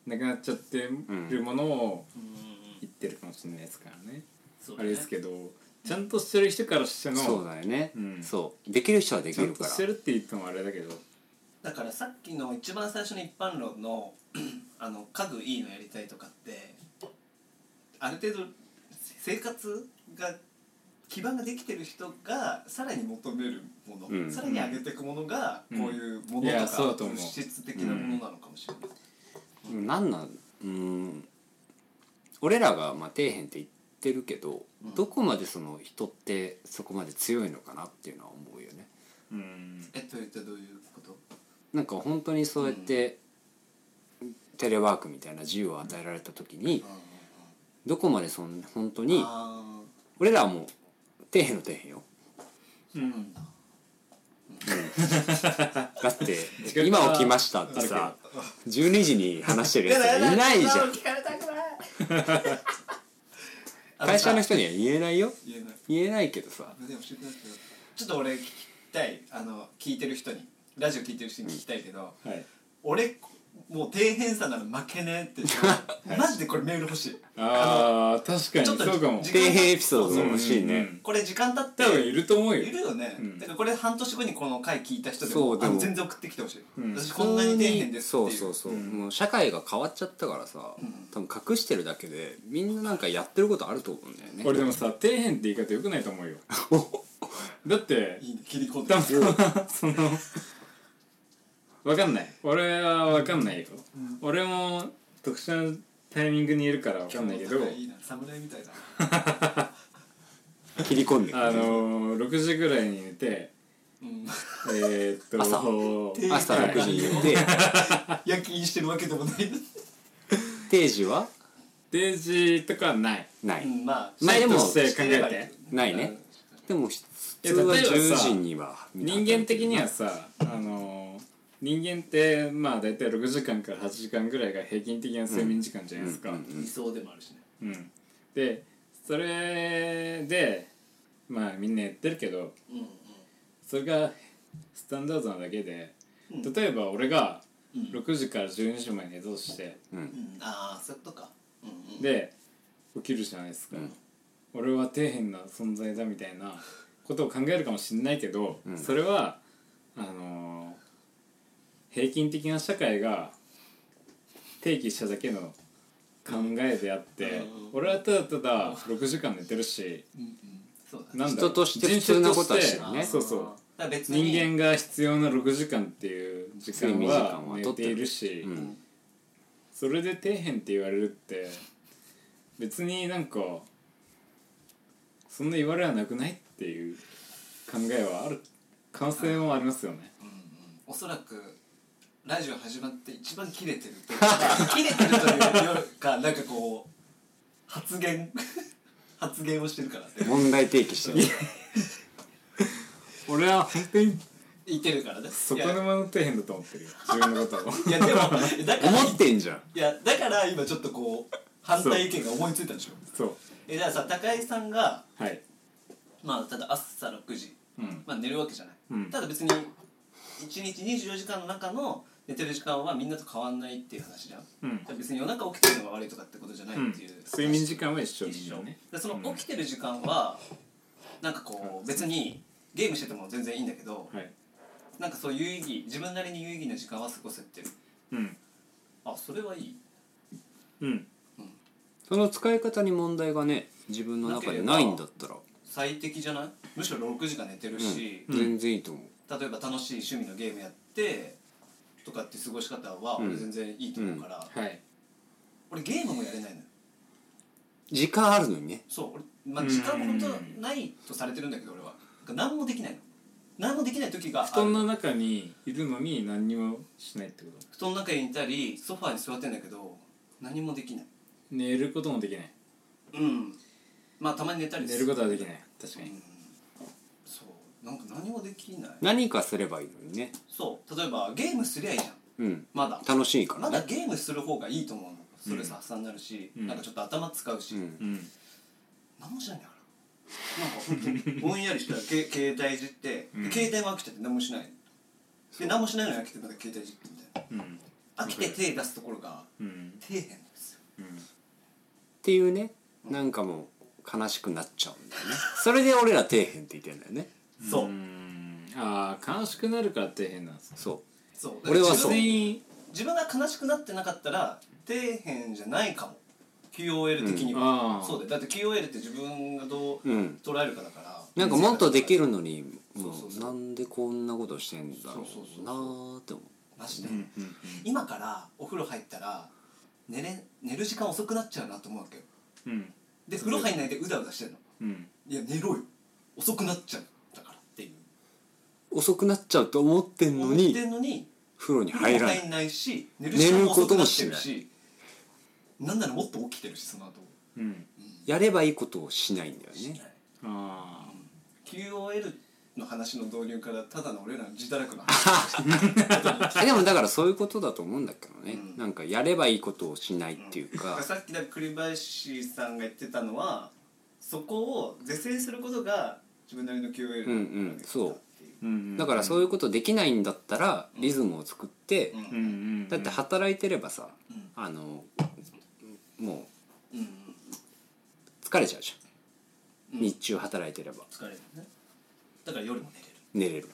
なくなっちゃってるものをうんうんうん言ってるかもしれないですからね、そうあだねれですけどちゃんとしてる人からしてのそうだよね、うんそうできる人はでちきゃるんとからしてるって言ってもあれだけどだからさっきの一番最初の一般論の [CLEARS THROAT] あの家具いいのやりたいとかってある程度生活が基盤ができてる人がさらに求めるもの、うんさらに上げていくものがうんこういうもいのやとか、そうだと思う物質的なものなのかもしれない。なんなんうーん俺らがまあ底辺って言ってるけど、んどこまでその人ってそこまで強いのかなっていうのは思うよねうんえっと言ってどういうことなんか本当にそうやって、テレワークみたいな自由を与えられた時に、どこまでその本当にあ俺らはもう底辺の底辺ようんだって違う今起きましたってあさ12時に話してーるやつはいないじゃん聞かれたくないあ [LAUGHS] 会社のさ人には言えないよ言えない言えないけどさでも教えてないけどちょっと俺聞きたいあの聞いてる人にラジオ聞いてる人に聞きたいけど、はい俺もう底辺差なら負けねえってマジでこれメール欲しいあー確ちょっかとにそうかも時底辺エピソードが欲しいうんうねんうんこれ時間経って多分いると思うよいるよね、うんだからこれ半年後にこの回聞いた人でそもうでもあの全然送ってきてほしい、うん私こんなに底辺ですってそいううそうそう、うんもう社会が変わっちゃったからさ、多分隠してるだけでみんななんかやってることあると思うんだよね俺でもさ底辺って言い方よくないと思うよだっていいね切り込んで多分 [LAUGHS] そのわかんない俺はわかんないよ、俺も特殊なタイミングにいるからわかんないけど今日の戦いいな侍みたいだ切り込んでくあるのー、6時ぐらいに寝てうん、えー、っと朝朝はい6時に寝て夜勤してるわけでもないのに、定時は定時とかはないなういん、まあまあでもとして考えてないねでも普通は例え10ばさ時には人間的にはさあのー人間ってまあ大体6時間から8時間ぐらいが平均的な睡眠時間じゃないですか、うんうん理想でもあるしねうんでそれでまあみんなやってるけどうんうんそれがスタンダードなだけでうん例えば俺がうん6時から12時まで寝たとしてうんうんああそういうことかうんうんで起きるじゃないですか、うん俺は底辺な存在だみたいなことを考えるかもしれないけど、うんそれはあのー平均的な社会が提起しただけの考えであって、うん俺はただただ6時間寝てるし、うんうんそうだねなんだろう人として普通なことはし人てるとあしーねそうそうだから別に人間が必要な6時間っていう時間睡眠時は間は寝取ってているるし、うんそれで底辺って言われるって別になんかそんな言われはなくないっていう考えはある可能性もありますよね。うんうんおそらくラジオ始まって一番キレてるというか [LAUGHS] キレてるというかなんかこう発言 [LAUGHS] 発言をしてるからね問題提起して [LAUGHS] る俺は本当に言ってるからねそこのまの底辺だと思ってるよ自分のことを。いやいやでもだから思ってんじゃんいやだから今ちょっとこう反対意見が思いついたんでしょ [LAUGHS] そえじゃあさ高井さんがうはい、まあただ朝6時、うんまあ、寝るわけじゃない、うんただ別に1日24時間の中の寝てる時間はみんなと変わんないっていう話じゃん、うんだから別に夜中起きてるのが悪いとかってことじゃないうんっていう、、睡眠時間は一緒一緒、にね。でその起きてる時間は、なんかこう別にゲームしてても全然いいんだけど、はい、なんかそう有意義自分なりに有意義な時間は過ごせってるうん、あそれはいいうん、その使い方に問題がね自分の中でないんだったら最適じゃないむしろ6時間寝てるし、ん全然いいと思う例えば楽しい趣味のゲームやってとかって過ごし方はうん俺全然いいと思うから、はい、俺ゲームもやれないのよ時間あるのにねそう俺、まあ、時間も本当ないとされてるんだけど俺はなんか何もできないの何もできない時がある布団の中にいるのに何にもしないってこと。布団の中にいたりソファーに座ってんだけど何もできない寝ることもできないうんまあたまに寝たり寝ることはできない確かうにんそうなんか何もできない何かすればいいのにねそう例えばゲームすりゃいいじゃんうんまだ楽しいかまらだねゲームする方がいいと思うのストレス発散になるし、うんなんかちょっと頭使うし、うんうん何もしないんだからなんか本当ぼんやりしたらけ携帯いじって、うんで携帯も飽きちゃって何もしないで何もしないのに飽きてまた携帯いじってみたいうんな飽きて手出すところがうん底辺なんですようんっていうねなんかもう悲しくなっちゃうんだよねそれで俺ら底辺って言ってんだよねそううんああ悲しくなるから底辺なんですそそう俺は自そう分全員自分が悲しくなってなかったら底辺じゃないかも QOL 的にうんあは、あそうだよだって QOL って自分がどうううん捉えるかだからなんかもっとできるののにもそうそううそうなんでこんなことしてんだろそうそうそううなーって思マジうで、んうん今からお風呂入ったら寝れ寝る時間遅くなっちゃうなと思うわけようんで風呂入んないでうだうだしてんのうんいや寝ろよ遅くなっちゃうだからっていうう遅くなっちゃうと思ってんの思ってにんのに風呂に風入呂もらな入いんないし寝る寝時間るも遅ことくなもっしてないるしなんならもっと起きてるしその後うんやればいいことをしないんだよねあ QOL の話の導入からただの俺らの自堕落の [LAUGHS] 話えでもだからそういうことだと思うんだけどね、うんなんかやればいいことをしないっていうか、さっきだ栗林さんが言ってたのはそこを是正することが自分なりの QOL うんうんそうっていうあうんだからそういうことできないんだったらんリズムを作って、うんうんうんだって働いてればさうんあのもうんうんう疲れちゃうじゃん、うん日中働いてれば疲れるねだから夜も寝れる寝れる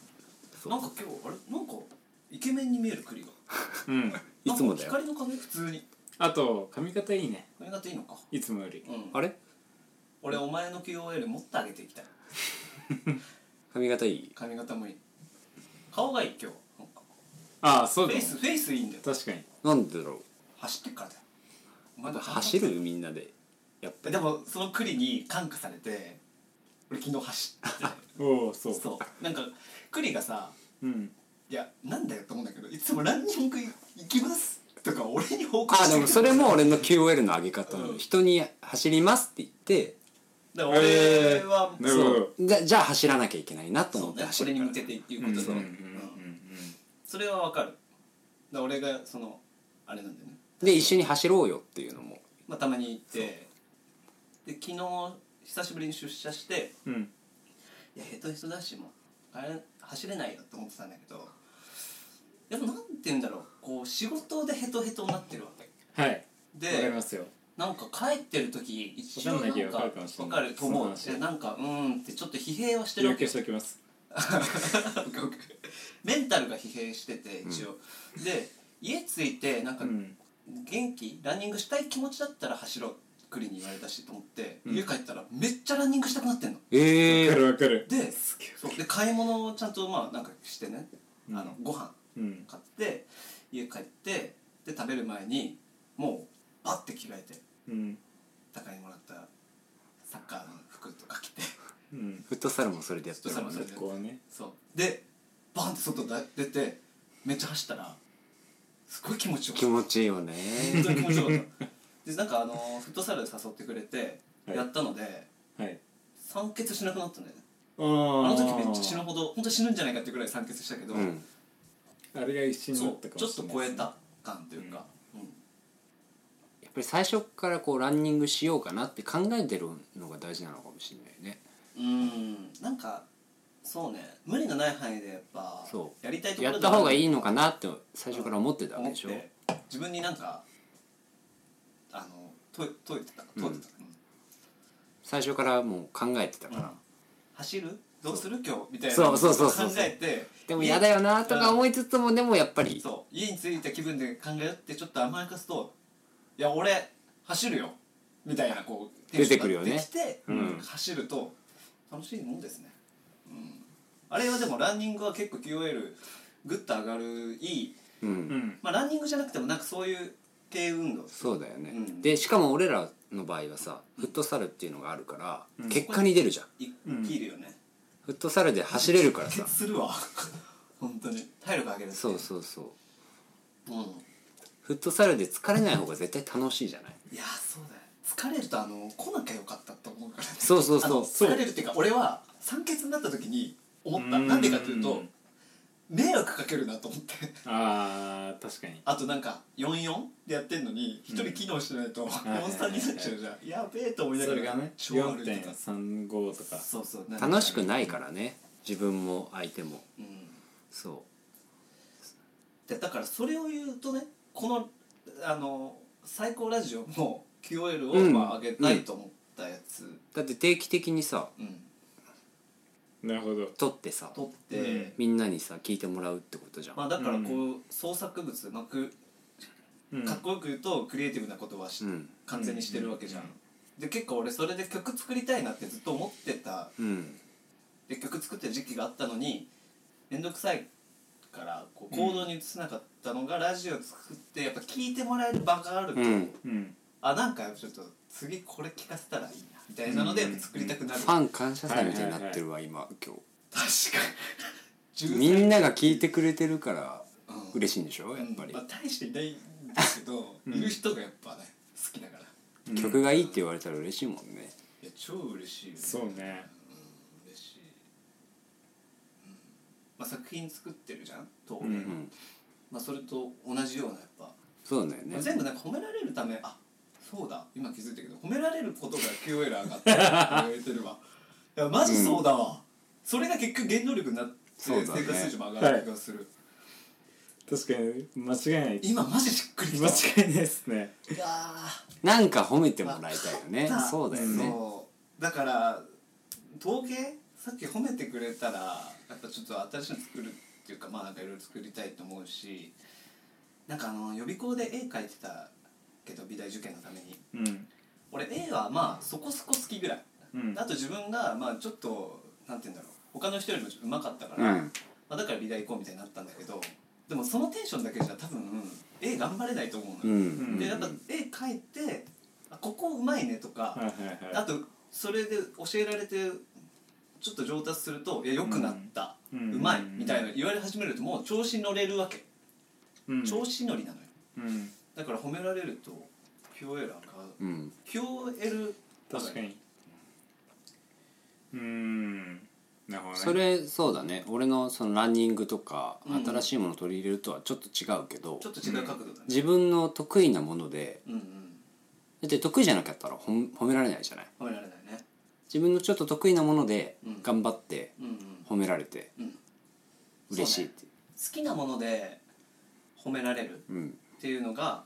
そうなんか今日あれなんかイケメンに見える栗がうんいつもだよなんか光の影普通にあと髪型いいね髪型いいのかいつもよりうんあれ俺お前の QOL もっと上げていきたい髪型いい髪型もいい顔がいい今日なんかああそうフだェイねスフェイスいいんだよ確かになんでだろう走ってっからだよお前の走るみんなでやっぱでもその栗に感化されて俺昨日走っておお [LAUGHS] そうそうなんか栗がさうんいやなんだよと思うんだけどいつもランニング行きますとか俺に報告あしてでもそれも俺の QOL の上げ方なの、うん人に「走ります」って言ってだから俺は、えーなそるほどうじゃじゃあ走らなきゃいけないなとそ思うってね走そるれかにら向けてっていうことで、うんうんそれはわかるだから俺がそのあれなんだよね、で一緒に走ろうよっていうのもまあ、たまに行ってで昨日久しぶりに出社してうんうんいやヘトヘトだしもうあれ走れないよと思ってたんだけどでもなんて言うんだろうこう仕事でヘトヘトになってるわけはいわかりでますよなんか帰ってる時一瞬わなんかんかないけどわわかるかもしれないかると思うそでのな話んかうーんってちょっと疲弊はしてる要わけ求しておきますメンタルが疲弊してて一応、で家着いてなんかうん元気ランニングしたい気持ちだったら走ろうクリに言われたしと思って、うん家帰ったらめっちゃランニングしたくなってんのえわかえるわかるで好きそうで買い物をちゃんとまあなんかしてね、うんあのご飯うん買って家帰ってで食べる前にもうバッて着替えてうん高いもらったサッカーの服とか着て [LAUGHS] うんフットサルもそれでやってるもんフットサルもそれねでそこはそねうでバンって外だ出てめっちゃ走ったらすごい気持ちよか気った持ちいいよ本ね当に気持ちよかったでなんかあのフットサル誘ってくれてはいやったので、はい酸欠しなくなったんだよねああーの時めっちゃ死ぬほど本当死ぬんじゃないかってぐらい酸欠したけど、うんあれが一瞬だそったうかもちょっしとれない超えた感というか、うんやっぱり最初からこうランニングしようかなって考えてるのが大事なのかもしれないねうんなんかそうね無理のない範囲でやっぱそやりたいとこやろった方がいいいのかなって最初から思ってたわけ思っでしょて自分になんかあのと解いてた解いてた、うん最初からもう考えてたから、走るどうする今日みたいなそうそうそうそう考えてでも嫌だよなとか思いつつもでもやっぱりそう家に着いた気分で考えようってちょっと甘やかすと「いや俺走るよ」みたいなこう出てくるよねテンションが出てきて、うん走ると楽しいもんですね、うん、あれはでもランニングは結構 QOL グッと上がるいい、うんうんまあ、ランニングじゃなくてもなんかそういう系運動そうだよね、うんでしかも俺らの場合はさフットサルっていうのがあるから、うん結果に出るじゃんい生きるよね、フットサルで走れるからさするわ [LAUGHS] 本当に体力上げるってそうそうそううんフットサルで疲れない方が絶対楽しいじゃないいやそうだよ疲れるとあの来なきゃよかったと思うからね [LAUGHS] そうそうあのそう疲れるっていうか俺は酸欠になった時に思ったなんでかというと迷惑かけるなと思って [LAUGHS] あー確かにあとなんか44でやってんのに一人機能してないとい43になっちゃうじゃんやべえと思いなそがれらがね超悪いとか4.35とかそうそうなんか楽しくないからね自分も相手もうんそでだからそれを言うとねこのあの最高ラジオも QOL をうんまあ上げたいと思ったやつうだって定期的にさうんなるほど撮ってさ撮っうてみんなにさ聞いてもらうってことじゃん、まあだからこう創作物まくうんかっこよく言うとクリエイティブなことはしうん完全にしてるわけじゃん、で結構俺それで曲作りたいなってずっと思ってたうんで曲作ってる時期があったのに面倒くさいからこう行動に移せなかったのが、ラジオ作ってやっぱ聞いてもらえる場があると、うんうんあなんかちょっと次これ聞かせたらいいなみたいなのでうん作りたくなる、確フかァン感謝祭みたいになってるわ、今今 [LAUGHS] 日にみんなが聞いてくれてるからうん嬉しいんでしょやっぱうりんまあ、大していないんですけ [LAUGHS] ど、んいる人がやっぱね好きだから曲がいいって言われたら嬉しいもんねいや超嬉しいよねそうねうん嬉しい、うんまあ、作品作ってるじゃんと、うんうんまあ、それと同じようなやっぱ、そうだよね全部なんか褒められるためあそうだ今気づいたけど褒められることが QOL 上がったって言われてるわいやマジそうだわ、それが結局原動力になってそう生だね活水準も上がる気がする、確かに間違いない今マジしっくりきた間違いないですねいやなんか褒めてもらいたいよねまあそうだよーねそうだから統計さっき褒めてくれたらやっぱちょっと新しいの作るっていうかまあなんかいろいろ作りたいと思うしなんかあの予備校で絵描いてたけど美大受験のためにうん俺 A はまあそこそこ好きぐらい、うんあと自分がまあちょっとなんて言うんだろう他の人よりもうまかったかうら、んまあ、だから美大行こうみたいになったんだけどでもそのテンションだけじゃ多分 A 頑張れないと思ううのよ、んでやっぱ絵描いてあここうまいねとか、はいはいはいあとそれで教えられてちょっと上達すると「いや良くなった」ううんまい」みたいな言われ始めるともう調子に乗れるわけ、うん調子乗りなのようんだから褒められると QOL 上がるうん、 QOL 確かにうんなるほどねそれそうだね俺のそのランニングとかうん新しいものを取り入れるとはちょっと違うけど、ちょっと違う角度だね自分の得意なものでうんうんだって得意じゃなかったらほん褒められないじゃない褒められないね自分のちょっと得意なものでうん頑張ってうんうん褒められてうん嬉しいっていう好きなもので褒められるう,、んっていうのが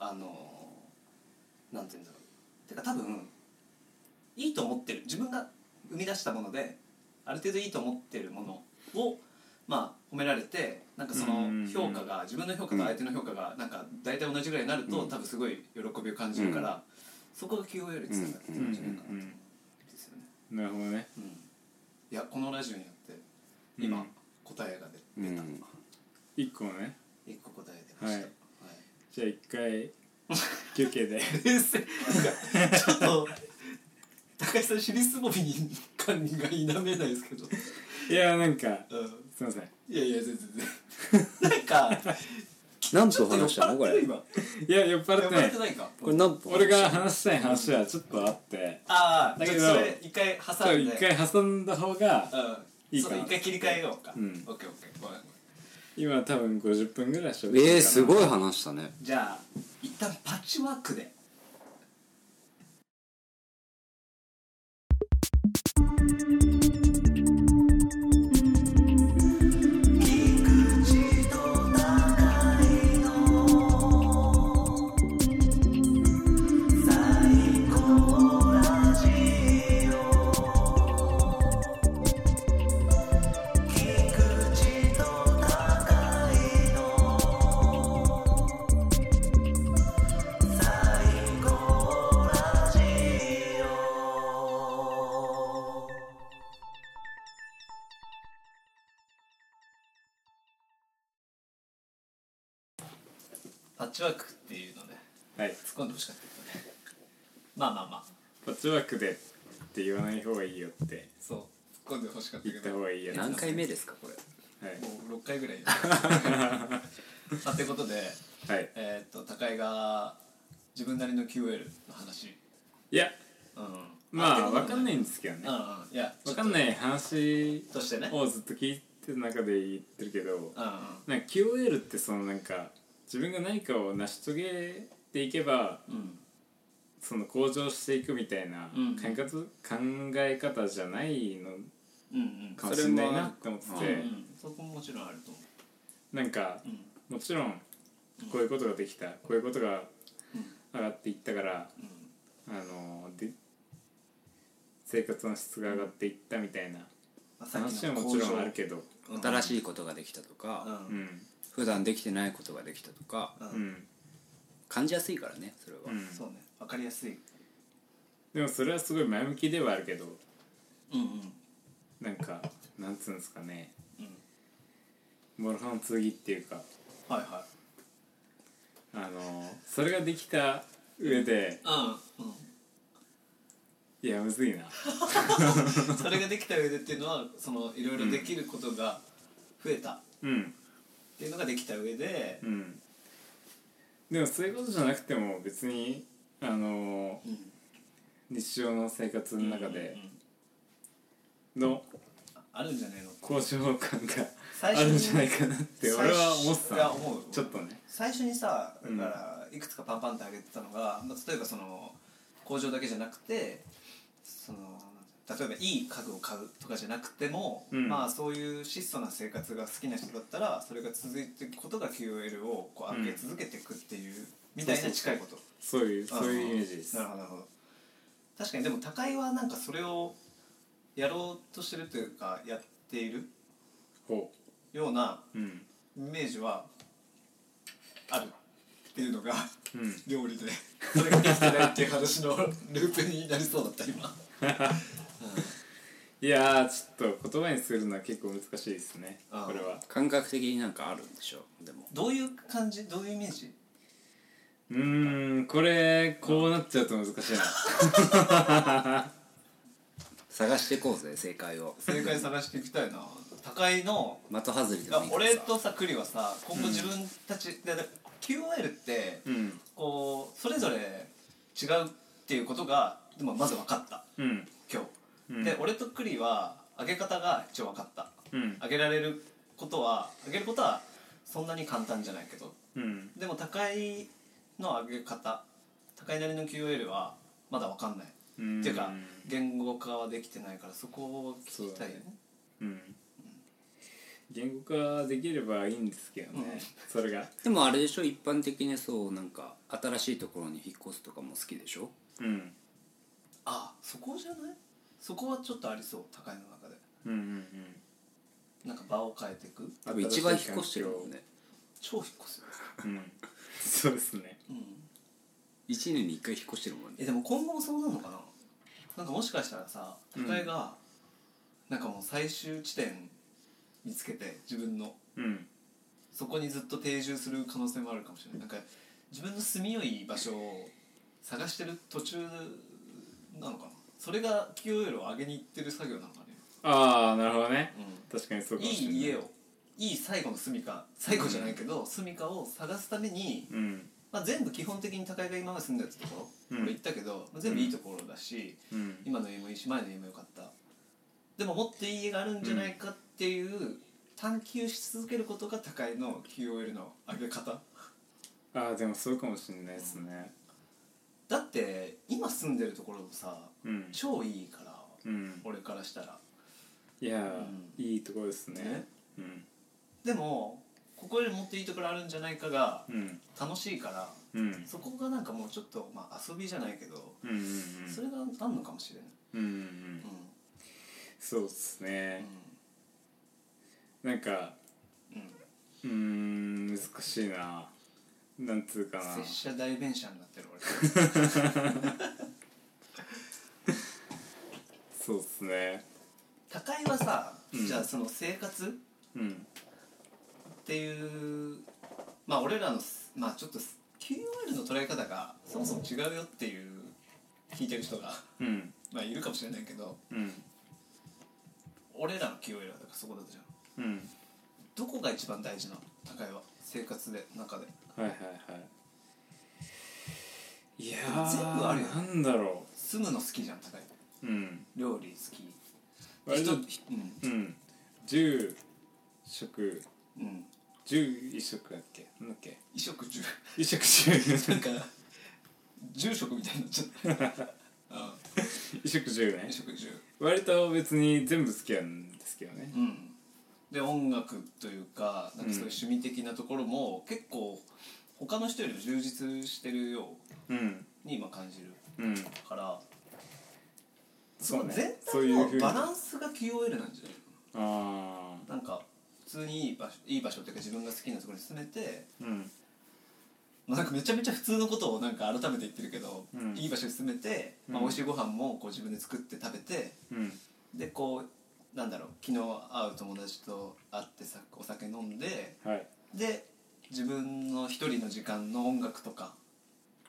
あのーなんて言うんだろうてか多分いいと思ってる自分が生み出したものである程度いいと思ってるものをまあ褒められてなんかそのうん評価が自分の評価と相手の評価がなんか大体同じぐらいになると、うん多分すごい喜びを感じるから、そこが QO よりつながってるんじゃないかなと思うんですよね。なるほどねうんいやこのラジオによって今、うん答えが出うん出た、一個ね一個答え出ました。はいじゃあ一回休 [LAUGHS] 憩で冷静なんかちょっと高橋さん尻すぼみに管理が否めないですけど、いやなんかうすいませんん、いやいや全然全然なんか何と酔っ話し払たのっこてれる今いや酔っ払酔っってな払っいてないかこれ何と俺が話したい話はちょっとあってああだだけけどどそれ一回そ挟うんで一回挟んだ方がうんいいそかうな一回切り替えようか、うんオッケーオッケーごめんごめん今多分50分ぐらいしえょー、すごい話したねじゃあ一旦パッチワークでパッチワークっていうのねはい突っ込んでほしかったけどねまあまあまあパッチワークでって言わない方がいいよってそう突っ込んでほしかった言けったど方もうがいいよ何回目ですかこれ6回ぐらいやった [LAUGHS] さあってことではい、はい、えーっと高井が自分なりの QL の話いやうんまあわ分かんないうんんですけどねうんいや分かんない話としてねうんうんをずっと聞いてる中で言ってるけどあなんか QOL ってそのなんか自分が何かを成し遂げていけばその向上していくみたいなうん考え方,、考え方じゃないのうんうんかもしれないなって思ってそてう、んそこももちろんあると思なんかううんもちろんこういうことができたこういうことが上がっていったからうんあので生活の質が上がっていったみたいなまあさっき話はのもちろんあるけど向上うん新しいことができたとか、うんううんん普段できてないことができたとかうん感じやすいからねそれは、うんそうねわかりやすいでもそれはすごい前向きではあるけどうんうんなんかなんつうんですかねうんモロハの次っていうかはいはあのそれができた上でいうんうんいやむずいなそれができた上でっていうのはそのいろいろできることが増えたっうんていうのができた上でうんでもそういうことじゃなくても別にあのうん日常の生活の中うでんうんのあるんじゃねえの交渉感が最あ初にるんじゃないかなって俺は思っていやた思うちょっとね最初にさうんだからいくつかパンパンってあげてたのが、まあ、例えばその工場だけじゃなくてその例えばいい家具を買うとかじゃなくても、うんまあそういう質素な生活が好きな人だったらそれが続いていくことが QOL をこう上げ続けていくっていう、みたいな近いことそういうそういうイメージですなるほどなるほど確かにでも高井はなんかそれをやろうとしてるというかやっているほようなううんイメージはあるっていうのがうん料理でそれができてないっていう話のループになりそうだった今いやーちょっと言葉にするのは結構難しいですねあーこれは感覚的になんかあるんでしょでもどういう感じどういうイメージうーんこれこうなっちゃうと難しいな探してこうぜ正解を正解探していきたいな高井の的外れであもいいから俺さとさ栗はさ今後自分たち、でで QOL ってうんこうそれぞれ違うっていうことがでもまず分かったうん今日、うんで俺と栗は上げ方が一応分かったうん上げられることは上げることはそんなに簡単じゃないけどうんでも高井の上げ方高井なりの QOL はまだ分かんない、うんっていうか言語化はできてないからそこを聞きたいよねうん言語化できればいいんですけどね、うんそれがでもあれでしょ一般的にそうなんか新しいところに引っ越すとかも好きでしょうんあそこじゃないそこはちょっとありそう高井の中でうんうんうんなんか場を変えていく多分一番引っ越してるもんね超引っ越すよ、うんそうですねうん1年に1回引っ越してるもんえねでも今後もそうなのかななんかもしかしたらさうん高井が、なんかもう最終地点見つけて自分のうんそこにずっと定住する可能性もあるかもしれないなんか自分の住みよい場所を探してる途中なのかなそれが QOL を上げに行ってる作業なのかね、、ああなるほどね確かにそううんかいもしれないい家をいい最後の住みか最後じゃないけど、住みかを探すために、うんまあ、全部基本的に高井が今まで住んでたところ、うん俺言ったけど、まあ全部いいところだし、うん今の家もいいし前の家も良かったでももっといい家があるんじゃないかっていう探求し続けることが高井の QOL の上げ方ああでもそうかもしれないですねだって今住んでるところもさうん超いいからうん俺からしたらいやーうんいいところですねねうんでもここよりもっといいところあるんじゃないかがうん楽しいからうんそこがなんかもうちょっと、まあ、遊びじゃないけどうんうんそれがあんのかもしれない、うんうんうんそうっすねうなんかんうんうーん難しいななんつうかな拙者代弁者になってる俺そうっすね高井はさ、うんじゃあその生活うんっていうまあ俺らのすまあちょっとす QOL の捉え方がそもそも違うよっていう聞いてる人がうんまあいるかもしれないけどうん俺らの QOL はだからそこだったじゃんうんどこが一番大事なの高いは生活で中ではいはいはいいやー全部あるよなんだろ住むの好きじゃん高いううん料理好き割と人うんうん10食うん11食だっけなんだっけ衣食 [LAUGHS] 住1食10なんか住職みたいになっちゃ [LAUGHS] った衣1食10ね食住割と別に全部好きなんですけどねうん、で音楽というかなんかそういう趣味的なところも結構他の人よりも充実してるようんうに今感じるうんからそそうの全ねそういう体ふうのにバラあンスが QOL なんじゃないあなんか普通にいい場所いい場所っていうか自分が好きなところに住めて、ーうんまあ、なんかめちゃめちゃ普通のことをなんか改めて言ってるけど、うんいい場所に住めて、まあ、うん美味しいご飯もこう自分で作って食べてうんでこうなんだろう昨日会う友達と会ってさお酒飲んではいで自分の一人の時間の音楽とか、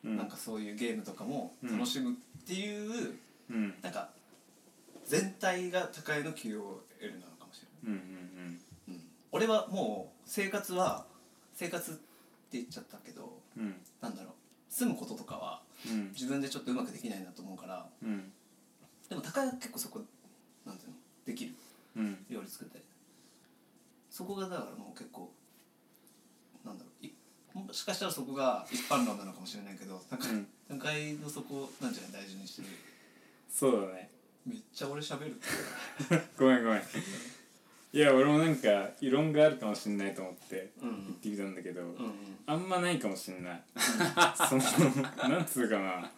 うんなんかそういうゲームとかも楽しむっていう、うんなんか全体が高いの QOL なのかもしれうんうんない、うん、俺はもう生活は生活って言っちゃったけどうんうんなんだろう住むこととかはうん自分でちょっとうまくできないなと思うからうんでも高いは結構そこなんていうのできるうん料理作ったりそこがだからもう結構なんだろういもしかしたらそこが一般論なのかもしれないけどなんかうん段階のそこなんじゃない大事にしてるそうだねめっちゃ俺喋るごめんごめんいや俺もなんか異論があるかもしんないと思ってうんうん言ってみたんだけど、うんうんあんまないかもしんないそのなんつうかな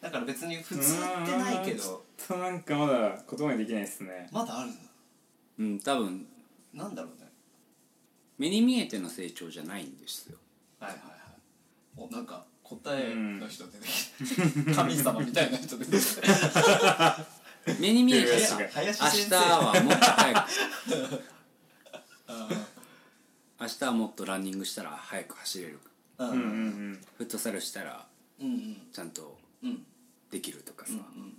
だから別に普通ってないけどちょっとなんかまだ言葉にできないですねまだあるうん多分のなんだろうね目に見えての成長じゃないんですよはいはいはいおなんか答えの人出てきた神様みたいな人出てきた目に見えていやさい明や林先日生はもっと早く [LAUGHS] あ明日はもっとランニングしたら早く走れるーううんうんんフットサルしたらうんうんちゃんとうんできるとかさ、うん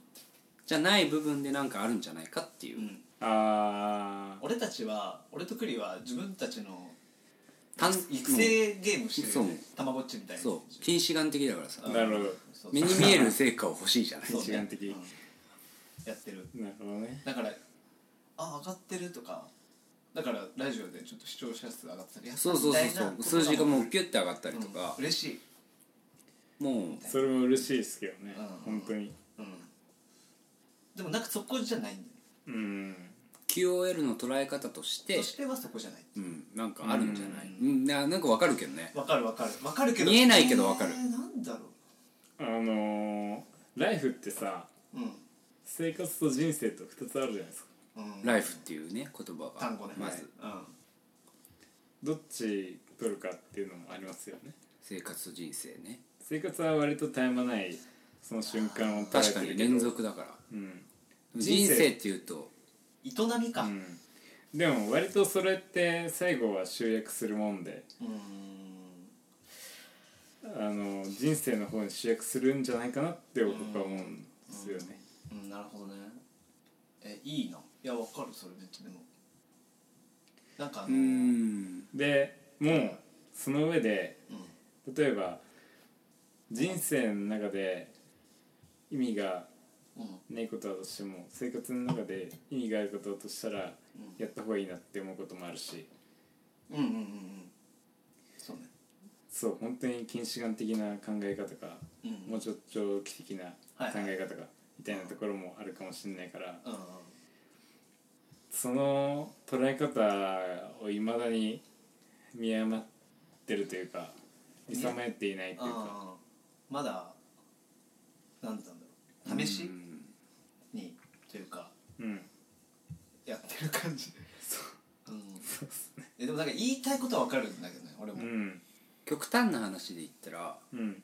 じゃない部分でなんかあるんじゃないかっていうう、ん、あー俺たちは俺とクリは自分たちの単育成ゲームしてるよそうねたまごっちみたいなそう近視眼的だからさうんなるほどそう目に見える成果を欲しいじゃないそうね一眼的うんやってるなるほどねだからあ上がってるとかだからラジオでちょっと視聴者数上がったりやったそうみそうたそういなそう数字がもうピュッて上がったりうんとか、嬉しいもうそれも嬉しいですけどねうん本当にうんでもなんかそこじゃないんだよねうん QOL の捉え方としてとしてはそこじゃないうんなんかあるんじゃない、ううん、ななんかわかるけどねわかるわかるわかるけど見えないけどわかるえーなんだろあのー、ライフってさううん生活と人生と2つあるじゃないですかうんライフっていうね言葉が単語ねまうずんどっち取るかっていうのもありますよね生活と人生ね生活は割と絶え間ないその瞬間を捉確えかてにるけど連続だからうん、人人生生っていうと営みかううんん、でも割とそれって最後は集約するもんであの人生の方に集約するんじゃないかなって僕は思うんですよね、うんなるほどねえいいないやわかるそれめっちゃでもなんかあのううんんでもうその上で例えば人生の中で意味がうんないことだとしても生活の中で意味があることだとしたらやった方がいいなって思うこともあるしうんうんうんうんそうねそう本当に近視眼的な考え方かうんもうちょっと長期的な考え方かみたいなところもあるかもしれないからうんうんその捉え方をいまだに見誤ってるというか見定めていないというかあーまだなんだろう試しうんにというかうんやってる感じそうそうっすねんえでもなんか言いたいことはわかるんだけどね俺うもん極端な話で言ったらうん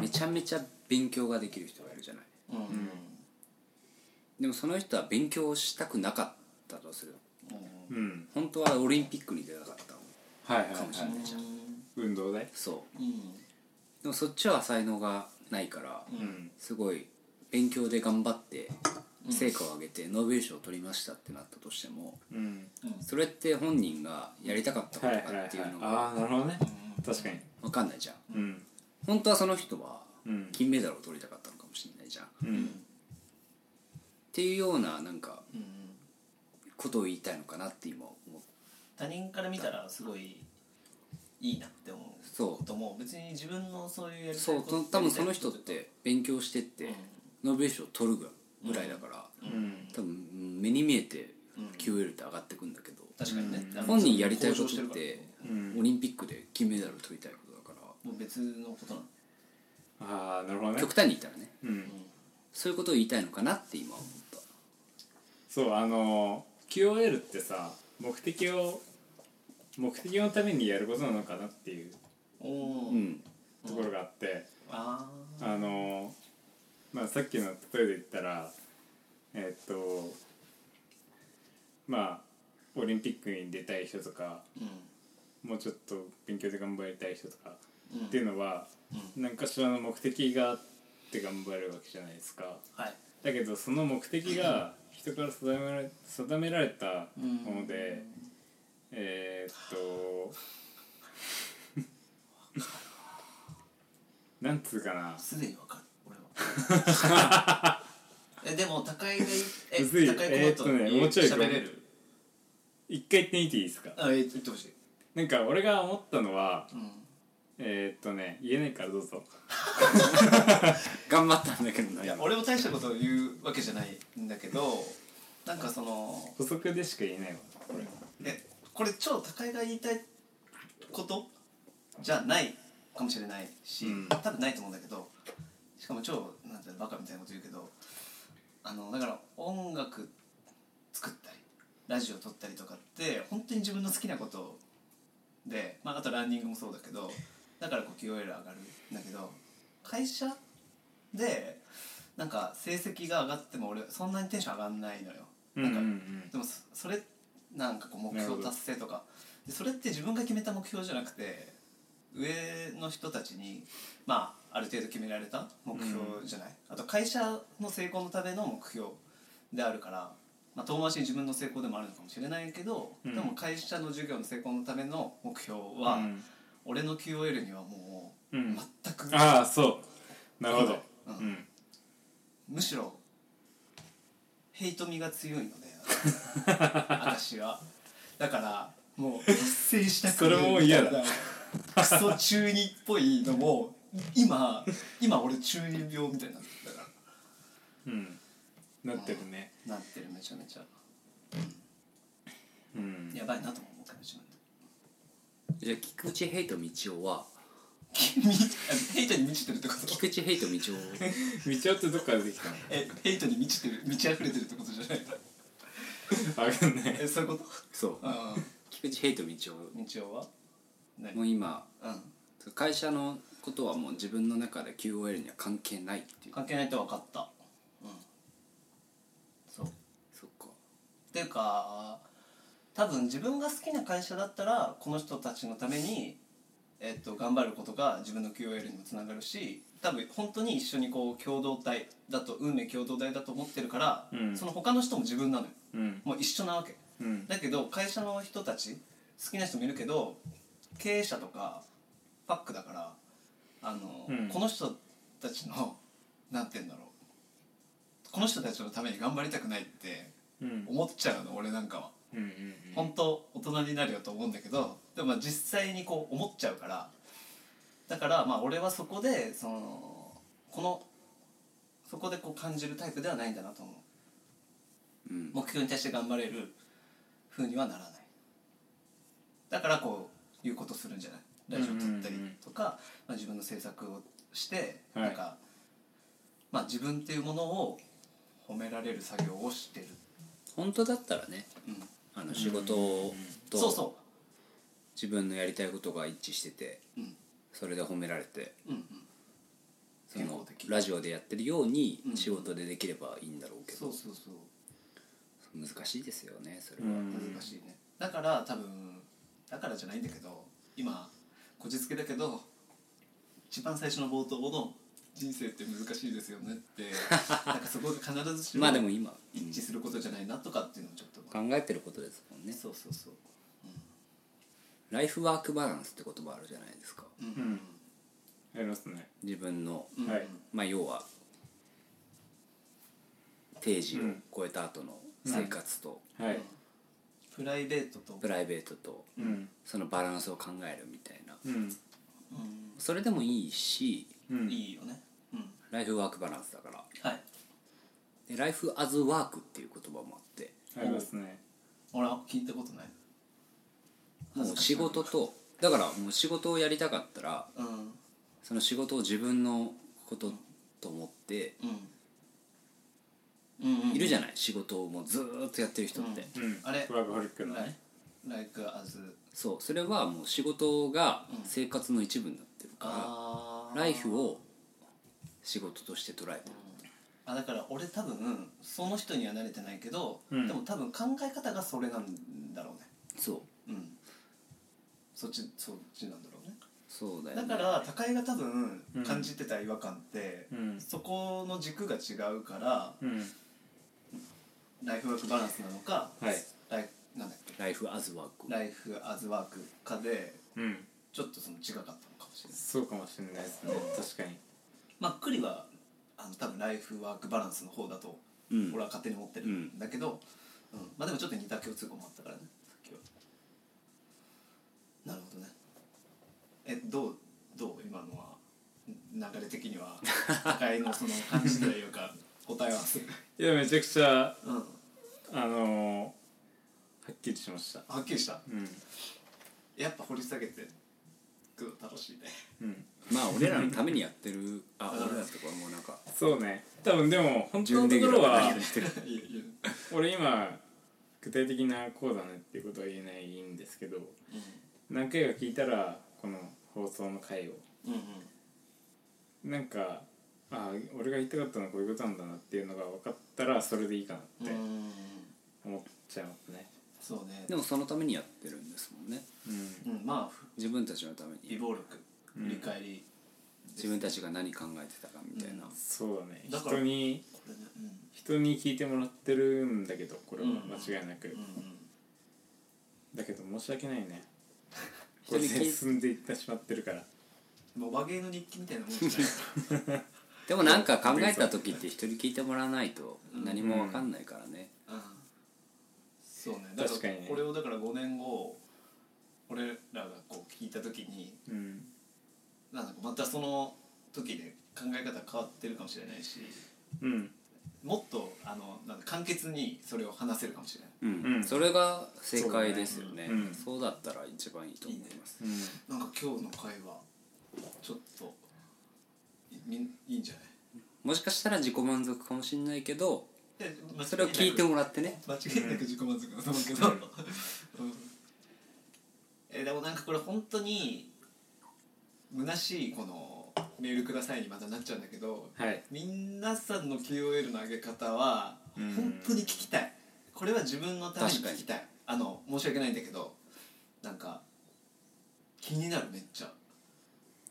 めちゃめちゃ勉強ができる人がいるじゃないうんうんでもその人は勉強をしたくなかったとするうんうん本当はオリンピックに出たかったのはいはい、はかもしれないい、じゃん運動でそうんうでもそっちは才能がないからうんすごい勉強で頑張って成果を上げてノーベル賞を取りましたってなったとしてもうんそれって本人がやりたかったこはいとはかいはいっていうのがああなるほどねうん確かに分かんないじゃんうん本当はその人はうん金メダルを取りたかったのかもしれないじゃんっうんていうようななんかうんことを言いたいのかなって今思う他人から見たらすごいいいなって思うそことも別に自分のそういうやうりたそいうことと多分その人って勉強してってノーベル賞を取るぐらいだからうん多分うん目に見えてうん QL って上がってくんだけど確かにね本人やりたいことっ向上してるてうんオリンピックで金メダルを取りたいことだからからもう別のことなのああなるほどね極端に言ったらねうんそういうことを言いたいのかなって今思ったそうあの QOL ってさ目的を目的のためにやることなのかなっていうおうーんところがあって、あーあのまあさっきの例えで言ったらえっとまあオリンピックに出たい人とかうんもうちょっと勉強で頑張りたい人とかうんっていうのは何かしらの目的があって頑張るわけじゃないですか。はいだけどその目的が人から定められ定められたもので、えーっとなんつうかなすでにわかる俺はえでも高井がいえむずいよ高井ことえーっとねもうちょい喋れる一回言ってみていいですかあえー言ってほしいなんか俺が思ったのはうんえーっとね言えないからどうぞ頑張ったんだけどないや俺も大したことを言うわけじゃないんだけどなんかその補足でしか言えないわこれえこれ超高井が言いたいことじゃないかもしれないし、うん多分ないと思うんだけどしかも超なんていうのバカみたいなこと言うけどあのだから音楽作ったりラジオ撮ったりとかって本当に自分の好きなことで、まあ、あとランニングもそうだけどだからこう QOL 上がるんだけど会社でなんか成績が上がっても俺そんなにテンション上がんないのよ。うんなうんんかうんでもそそれなんかこう目標達成とかでそれって自分が決めた目標じゃなくて上の人たちに、まあ、ある程度決められた目標じゃない、あと会社の成功のための目標であるから、まあ、遠回しに自分の成功でもあるのかもしれないけど、うんでも会社の授業の成功のための目標うは、ん俺の QOL にはもううん全く、ああそうなるほどううんんむしろヘイト味が強いので [LAUGHS] 私はだからもう達成したくそれも嫌だみたいなクソ中二っぽいのも今今俺中二病みたいになってるだかうんなってるねらなってるめちゃめちゃうんやばいなとも思うかもしれないじゃあ菊池ヘイト道夫は君ヘイトに満ちてるってこと菊池ヘイト道夫道夫ってどっから出てきたのえヘイトに満ちてる満ち溢れてるってことじゃないあかんないえそういうことそうう菊池ヘイト道夫ん道夫はねもう今うん会社のことはもう自分の中で QOL には関係ないっていう関係ないって分かったうんそうそっかっていうか多分自分が好きな会社だったらこの人たちのために、えっと頑張ることが自分の QOL にもつながるし多分本当に一緒にこう共同体だと運命共同体だと思ってるから、うんその他の人も自分なのようんもう一緒なわけうんだけど会社の人たち好きな人もいるけど経営者とかパックだからあの、うんこの人たちのなんて言うんだろうこの人たちのために頑張りたくないってうん思っちゃうの俺なんかはうんうん本当大人になるよと思うんだけどでもまあ実際にこう思っちゃうからだからまあ俺はそこでそのこのそこでこう感じるタイプではないんだなと思ううん目標に対して頑張れる風にはならないだからこういうことするんじゃないラジオ撮ったりとか、まあ、自分の制作をして、はいなんか、まあ、自分っていうものを褒められる作業をしてる、本当だったらねうん、あの仕事とそうそ自分のやりたいことが一致しててううんそれで褒められてうんうんそ健の康的ラジオでやってるようにうん仕事でできればいいんだろうけそどうそうそう難しいですよねそれうはん難しいね、だから多分だからじゃないんだけど今こじつけだけど一番最初の冒頭の「人生って難しいですよね」って [LAUGHS] なんかそこが必ずしまあでも今一致することじゃないなとかっていうのをちょっと考えてることですもんねそうそうそうライフワークバランスって言葉あるじゃないですかうんんありますね自分のうんはいまあ要は定時を超えた後の生活とはいプライベートとプライベートとうんそのバランスを考えるみたいなうんうそれでもいいしうんんいいよねうんライフワークバランスだからはいでライフアズワークっていう言葉もあってありますね俺は聞いたことないもう仕事とだからもう仕事をやりたかったらうんその仕事を自分のことと思ってうんうんうんいるじゃない仕事をもうずーっとやってる人って、うんあれワークホリックのラねイライクアズそうそれはもう仕事が生活の一部になってるかあら、ーライフを仕事として捉えてるあだから俺多分その人には慣れてないけど、うんでも多分考え方がそれなんだろうねそううんそっちそっちなんだろうねそうだよだねから高井が多分うん感じてた違和感って、うんそこの軸が違うからうんライフワークバランスなのか、はいライなんだっけライフアズワークライフアズワークかでうんちょっとその違かったのかもしれないそうかもしれないですね確かにまっくりはあの多分ライフワークバランスの方だとうん俺は勝手に持ってるんだけど、うんまあでもちょっと似た共通項もあったからねさっきはなるほどねえどうどう今のは流れ的には高いのその感じという [LAUGHS] か答えはするいやめちゃくちゃうんあのー、はっきりしましたはっきりしたうんやっぱ掘り下げてくの楽しいねうんまあ俺らのためにやってるあ俺らってこれもうなんかそうね多分でも本当のところは準レギュラーみたいにしてるいやいや俺今具体的なこうだねっていうことは言えないんですけど何回か聞いたらこの放送の回をうんうんなんかあ俺が言いたかったのはこういうことなんだなっていうのが分かったらそれでいいかなっうんうてんうん思っちゃいますねそうねでもそのためにやってるんですもんねうんうんまあ自分たちのため非に暴力振り返り、自分たちが何考えてたかみたいな、うんそうだねだから人にこれね人に聞いてもらってるんだけどこれはうん間違いなく、うんうんだけど申し訳ない [LAUGHS] ねこ人れに聞い進んでいってしまってるからうんもう和芸の日記みたいなもんじゃない [LAUGHS] でもなんか考えた時って人に聞いてもらわないとうん何もわかんないからね、うんそうねだ確かからにねこれをだから5年後俺らがこう聞いた時にうんなんかまたその時で考え方変わってるかもしれないしうんもっとあのなんか簡潔にそれを話せるかもしれないうんうんそれが正解ですよねそうだねうんそうだったら一番いいと思いますうんなんか今日の会話ちょっといみんいいんじゃないもしかしたら自己満足かもしれないけどでまあそれを聞いてもらってね間違いなく自己満足だと思うけど、うんえでもなんかこれ本当に虚しいこの「メールください」にまたなっちゃうんだけどはい皆さんの KOL の上げ方はうん本当に聞きたいこれは自分のために確かに聞きたいあの申し訳ないんだけどなんか気になるめっちゃ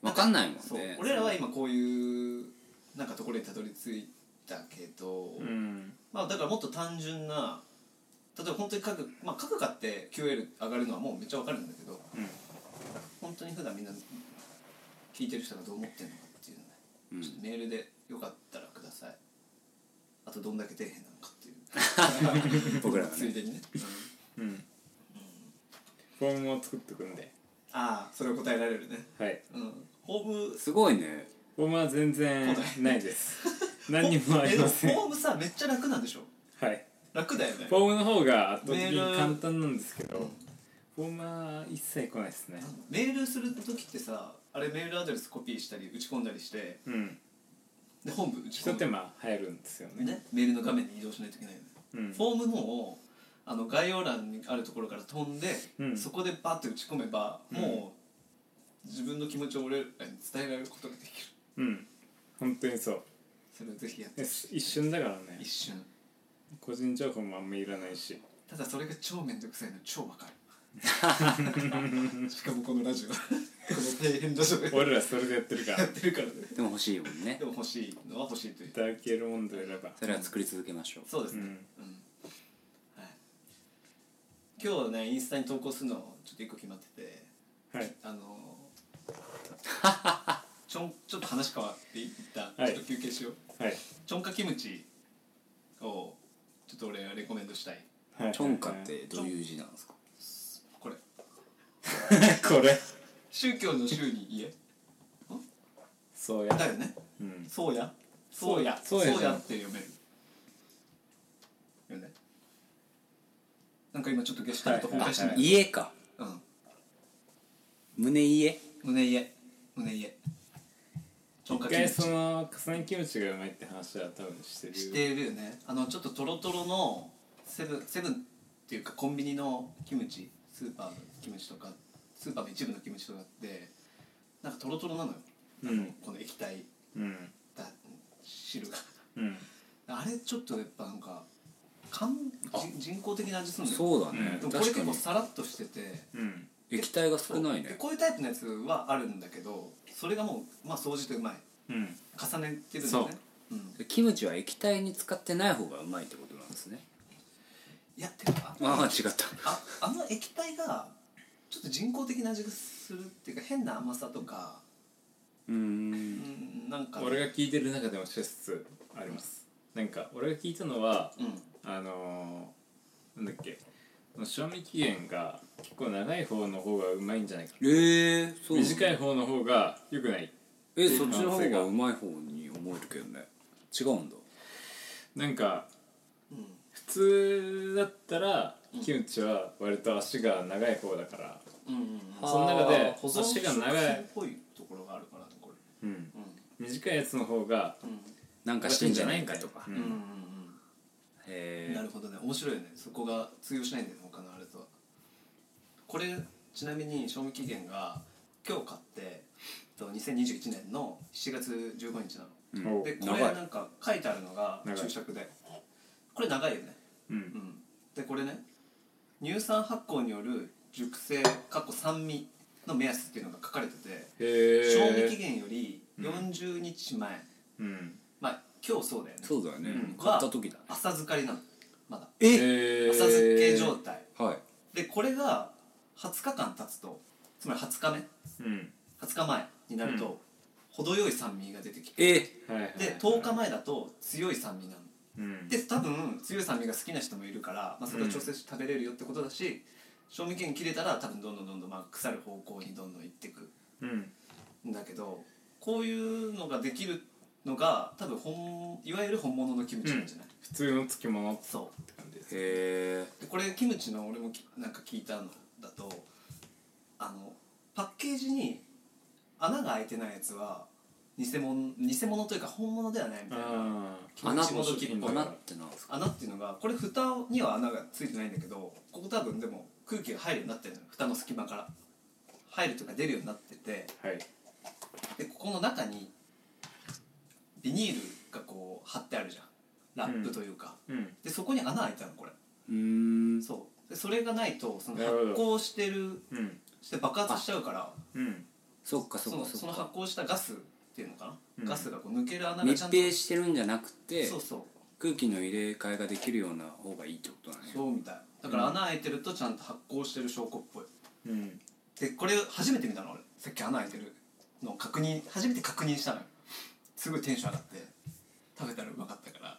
わかんないもそんうね俺らは今こういうなんかところにたどり着いたけど、うんまあだからもっと単純な例えば本当に各まあ各家って QL 上がるのはもうめっちゃわかるんだけどうん本当に普段みんな聞いてる人がどう思ってるのかっていうのね、うんちょっとメールでよかったらくださいあとどんだけ底辺なのかっていう僕らがついねでにね、うんうんフォームを作ってくんでああそれを答えられるねはいうんホームすごいねフォームは全然ないです何にもありませえんでもホームさめっちゃ楽なんでしょはい楽だよねフォームの方が圧倒的メーにル簡単なんですけどフォームは一切来ないですねメールする時ってさあれメールアドレスコピーしたり打ち込んだりしてうんで本部打ち一込手む間入るんですよねね、メールの画面に移動しないといけないよね、うんフォームもあの概要欄にあるところから飛んで、うんそこでバッて打ち込めば、うんもう自分の気持ちを俺らに伝えられることができるうん本当にそうそれをぜひやってでほしす一瞬だからねい一瞬個人情報もあんまいらないしただそれが超面倒くさいの超わ [LAUGHS] かるしかもこのラジオこの底辺ラジオで俺らそれでやってるかやらっいてるからねでも欲しいもんねでも欲しいのは欲しいというただけるもんであればそれは作り続けましょうそうですね、うんはい、今日はねインスタに投稿するのちょっと一個決まっててはいあの [LAUGHS] ーちょんちょっと話変わっていった、はいちょっと休憩しようはいチョンカキムチをちょっと俺はレコメンドしたいはいチョンカってどういう字なんですかこれ [LAUGHS] これ宗教の宗に家そうだやよねうんそうやそうやそうやじゃんって読めるよねなんか今ちょっとゲスタルト崩壊してない、は家か胸家うん胸家胸家チョンカキム一回チその重ねキムチがうまいって話は多分してるしてるよねあのちょっとトロトロのセブンセブンっていうかコンビニのキムチスーパーのキムチとかスーパーの一部のキムチとかってなんかトロトロなのようんこの液体うんだ汁が [LAUGHS] うんあれちょっとやっぱなんかかん人人工的な味するのよそうだねねでもこれ確か結に構さらっとしててうん液体がそ少うないでねこういうタイプのやつはあるんだけどそれがもうまあ総じてうまいうん重ねてるんだよねうんキムチは液体に使ってない方がうまいってことなんですねいやってかああ違ったああの液体がちょっと人工的な味がするっていうか変な甘さとかうーうんんなんか俺が聞いてる中でも諸説ありますなんか俺が聞いたのはうんあのー、なんだっけ賞味期限が結構長い方の方がうまいんじゃないかえー、そう短い方の方が良くないえそっちの方がうまい方に思えるけどね違うんだなんかうん普通だったらキムチは割と足が長い方だから、うんうんあーその中で保存足が長食いっ、ぽいところがあるからねこれうん、う短いやつの方がんなんかしてんじゃないかとかううんうんんうへんなえるほどね面白いよねそこが通用しないんだよね他のあれとはこれちなみに賞味期限が今日買ってと2021年の7月15日なのうんおでこれ長いなんか書いてあるのが長い注釈でこれ長いよねうんうんでこれね乳酸発酵による熟成かっこ酸味の目安っていうのが書かれてて、へ賞味期え限より40日前、うんまあ今日そうだよねそうだよね、うん買った時だね浅漬かりなのまだええ浅漬け状態、はいでこれが20日間経つとつまり20日目うん20日前になると、うん程よい酸味が出てきてえはいはいはいで10日前だと強い酸味なのうんで多分強い酸味が好きな人もいるから、まあ、それを調整して食べれるよってことだし、賞味期限切れたら多分どんどんどんどん、まあ、腐る方向にどんどん行ってくうんんだけどこういうのができるのが多分本いわゆる本物のキムチなんじゃない、普通の漬物っそうて感じですへでこれキムチの俺もきなんか聞いたのだとあのパッケージに穴が開いてないやつは偽物偽物というか本物ではないみたいなあキーム穴チもどきっぽい穴ってなんですか穴っていうのがこれ蓋には穴がついてないんだけどここ多分でも空気が入るようになってるのよ蓋の隙間から入るというか出るようになっててあはいでここの中にビニールがこう貼ってあるじゃんラップというか、うんでそこに穴開いたのこれうーんそうでそれがないとそのな発るほど酵してるうんして爆発しちゃうからうんそっかそそっのかそそのっ発か酵したガスっていうのかな、うんガスがこう抜ける穴がち密ゃんと閉してるんじゃなくてそうそう空気の入れ替えができるような方がいいってことだねそうみたいだから穴開いてるとちゃんと発酵してる証拠っぽいうんでこれ初めて見たの俺さっき穴開いてるのを確認初めて確認したのよすごいテンション上がって食べたらうまかったから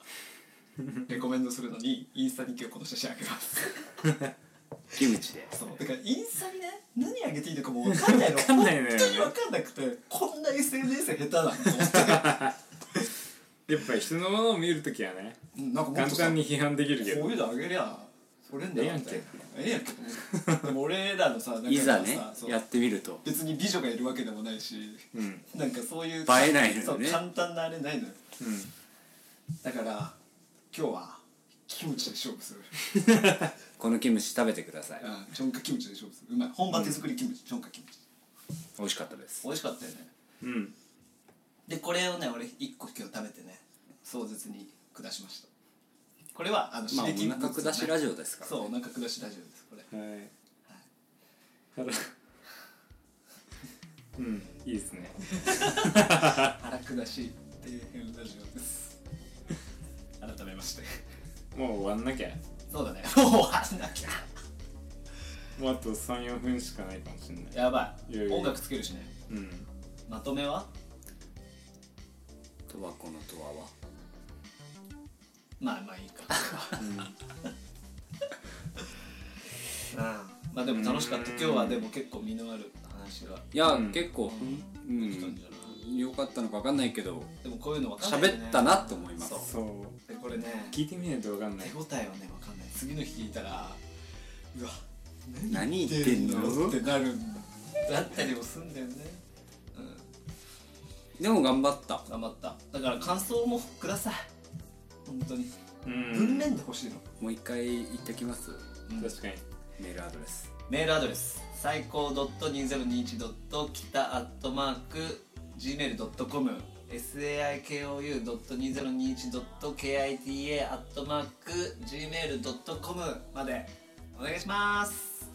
レコメンドするのにインスタに今日この写真あげますキムチでそうだからインスタにね何あげていいのかもう分かんないのわかんないのよ本ね当に分かんなくてこんな SNS 下手だと思ってやっぱ人のものを見るときはねうんなんかもっ簡とさ単に批判できるけこどういうのあげりゃそれんだよみたいなええやんけでも俺らのさなんかいざねそうやってみると別に美女がいるわけでもないしうんなんかそういう映映えないのよね簡単なあれないのようんだから今日はキムチで勝負する、このキムチ食べてくださいうん、チョンカキムチで勝負するうまい本場手作りキムチ、チョンカキムチ美味しかったです美味しかったよねうんでこれをね俺一個今日食べてね壮絶に下しましたこれはあのまあお刺激腹下しラジオですからそうおね腹下しラジオですこれはい腹うんいいですね腹下しっていうラジオです改めま [LAUGHS] してもう終わんなきゃそうだねもう終わんなきゃもうあと34分しかないかもしれないやばいいやいや音楽つけるしねうんまとめはトバコのトワはまあまあいいかうんまあでも楽しかった今日はでも結構実のある話がいや、うん結構うできたんんじゃない、良かったのか分かんないけどでもこういうの分かんないよね喋ったなって思いまそうすそうでこれね手聞いてみないと分かんない応えはね分かんない次の日聞いたらうわ何言ってんのってなるだったりもすんだよねうんでも頑張った頑張っただから感想もください本当にうん文面で欲しいの、もう一回言ってきます確かにメールアドレスメールアドレス最高 .2021. 北アットマーク gmail.com saikou.2021.kita アットマーク gmail.com までお願いします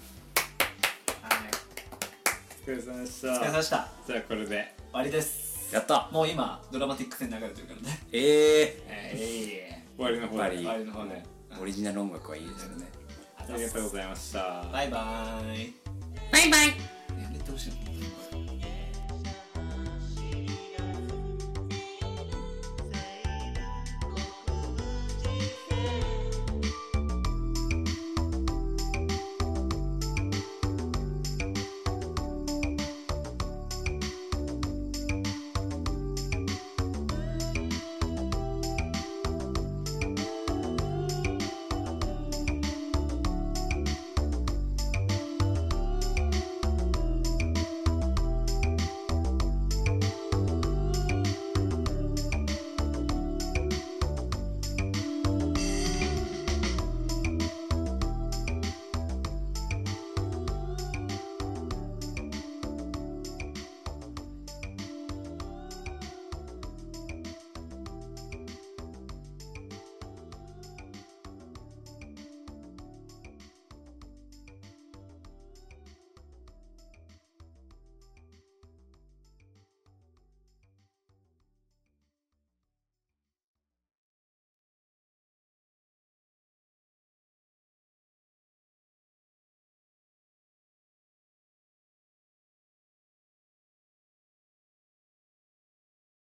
はいお疲れ様でしお疲れ様たでしたじゃあこれで終わりですやったもう今ドラマティック戦流れてるからねえええ終わりの方やっぱでり終わりの方でオリジナル音楽はいいですよねあありがとうございましたバイバーイバイバイやめてほしいな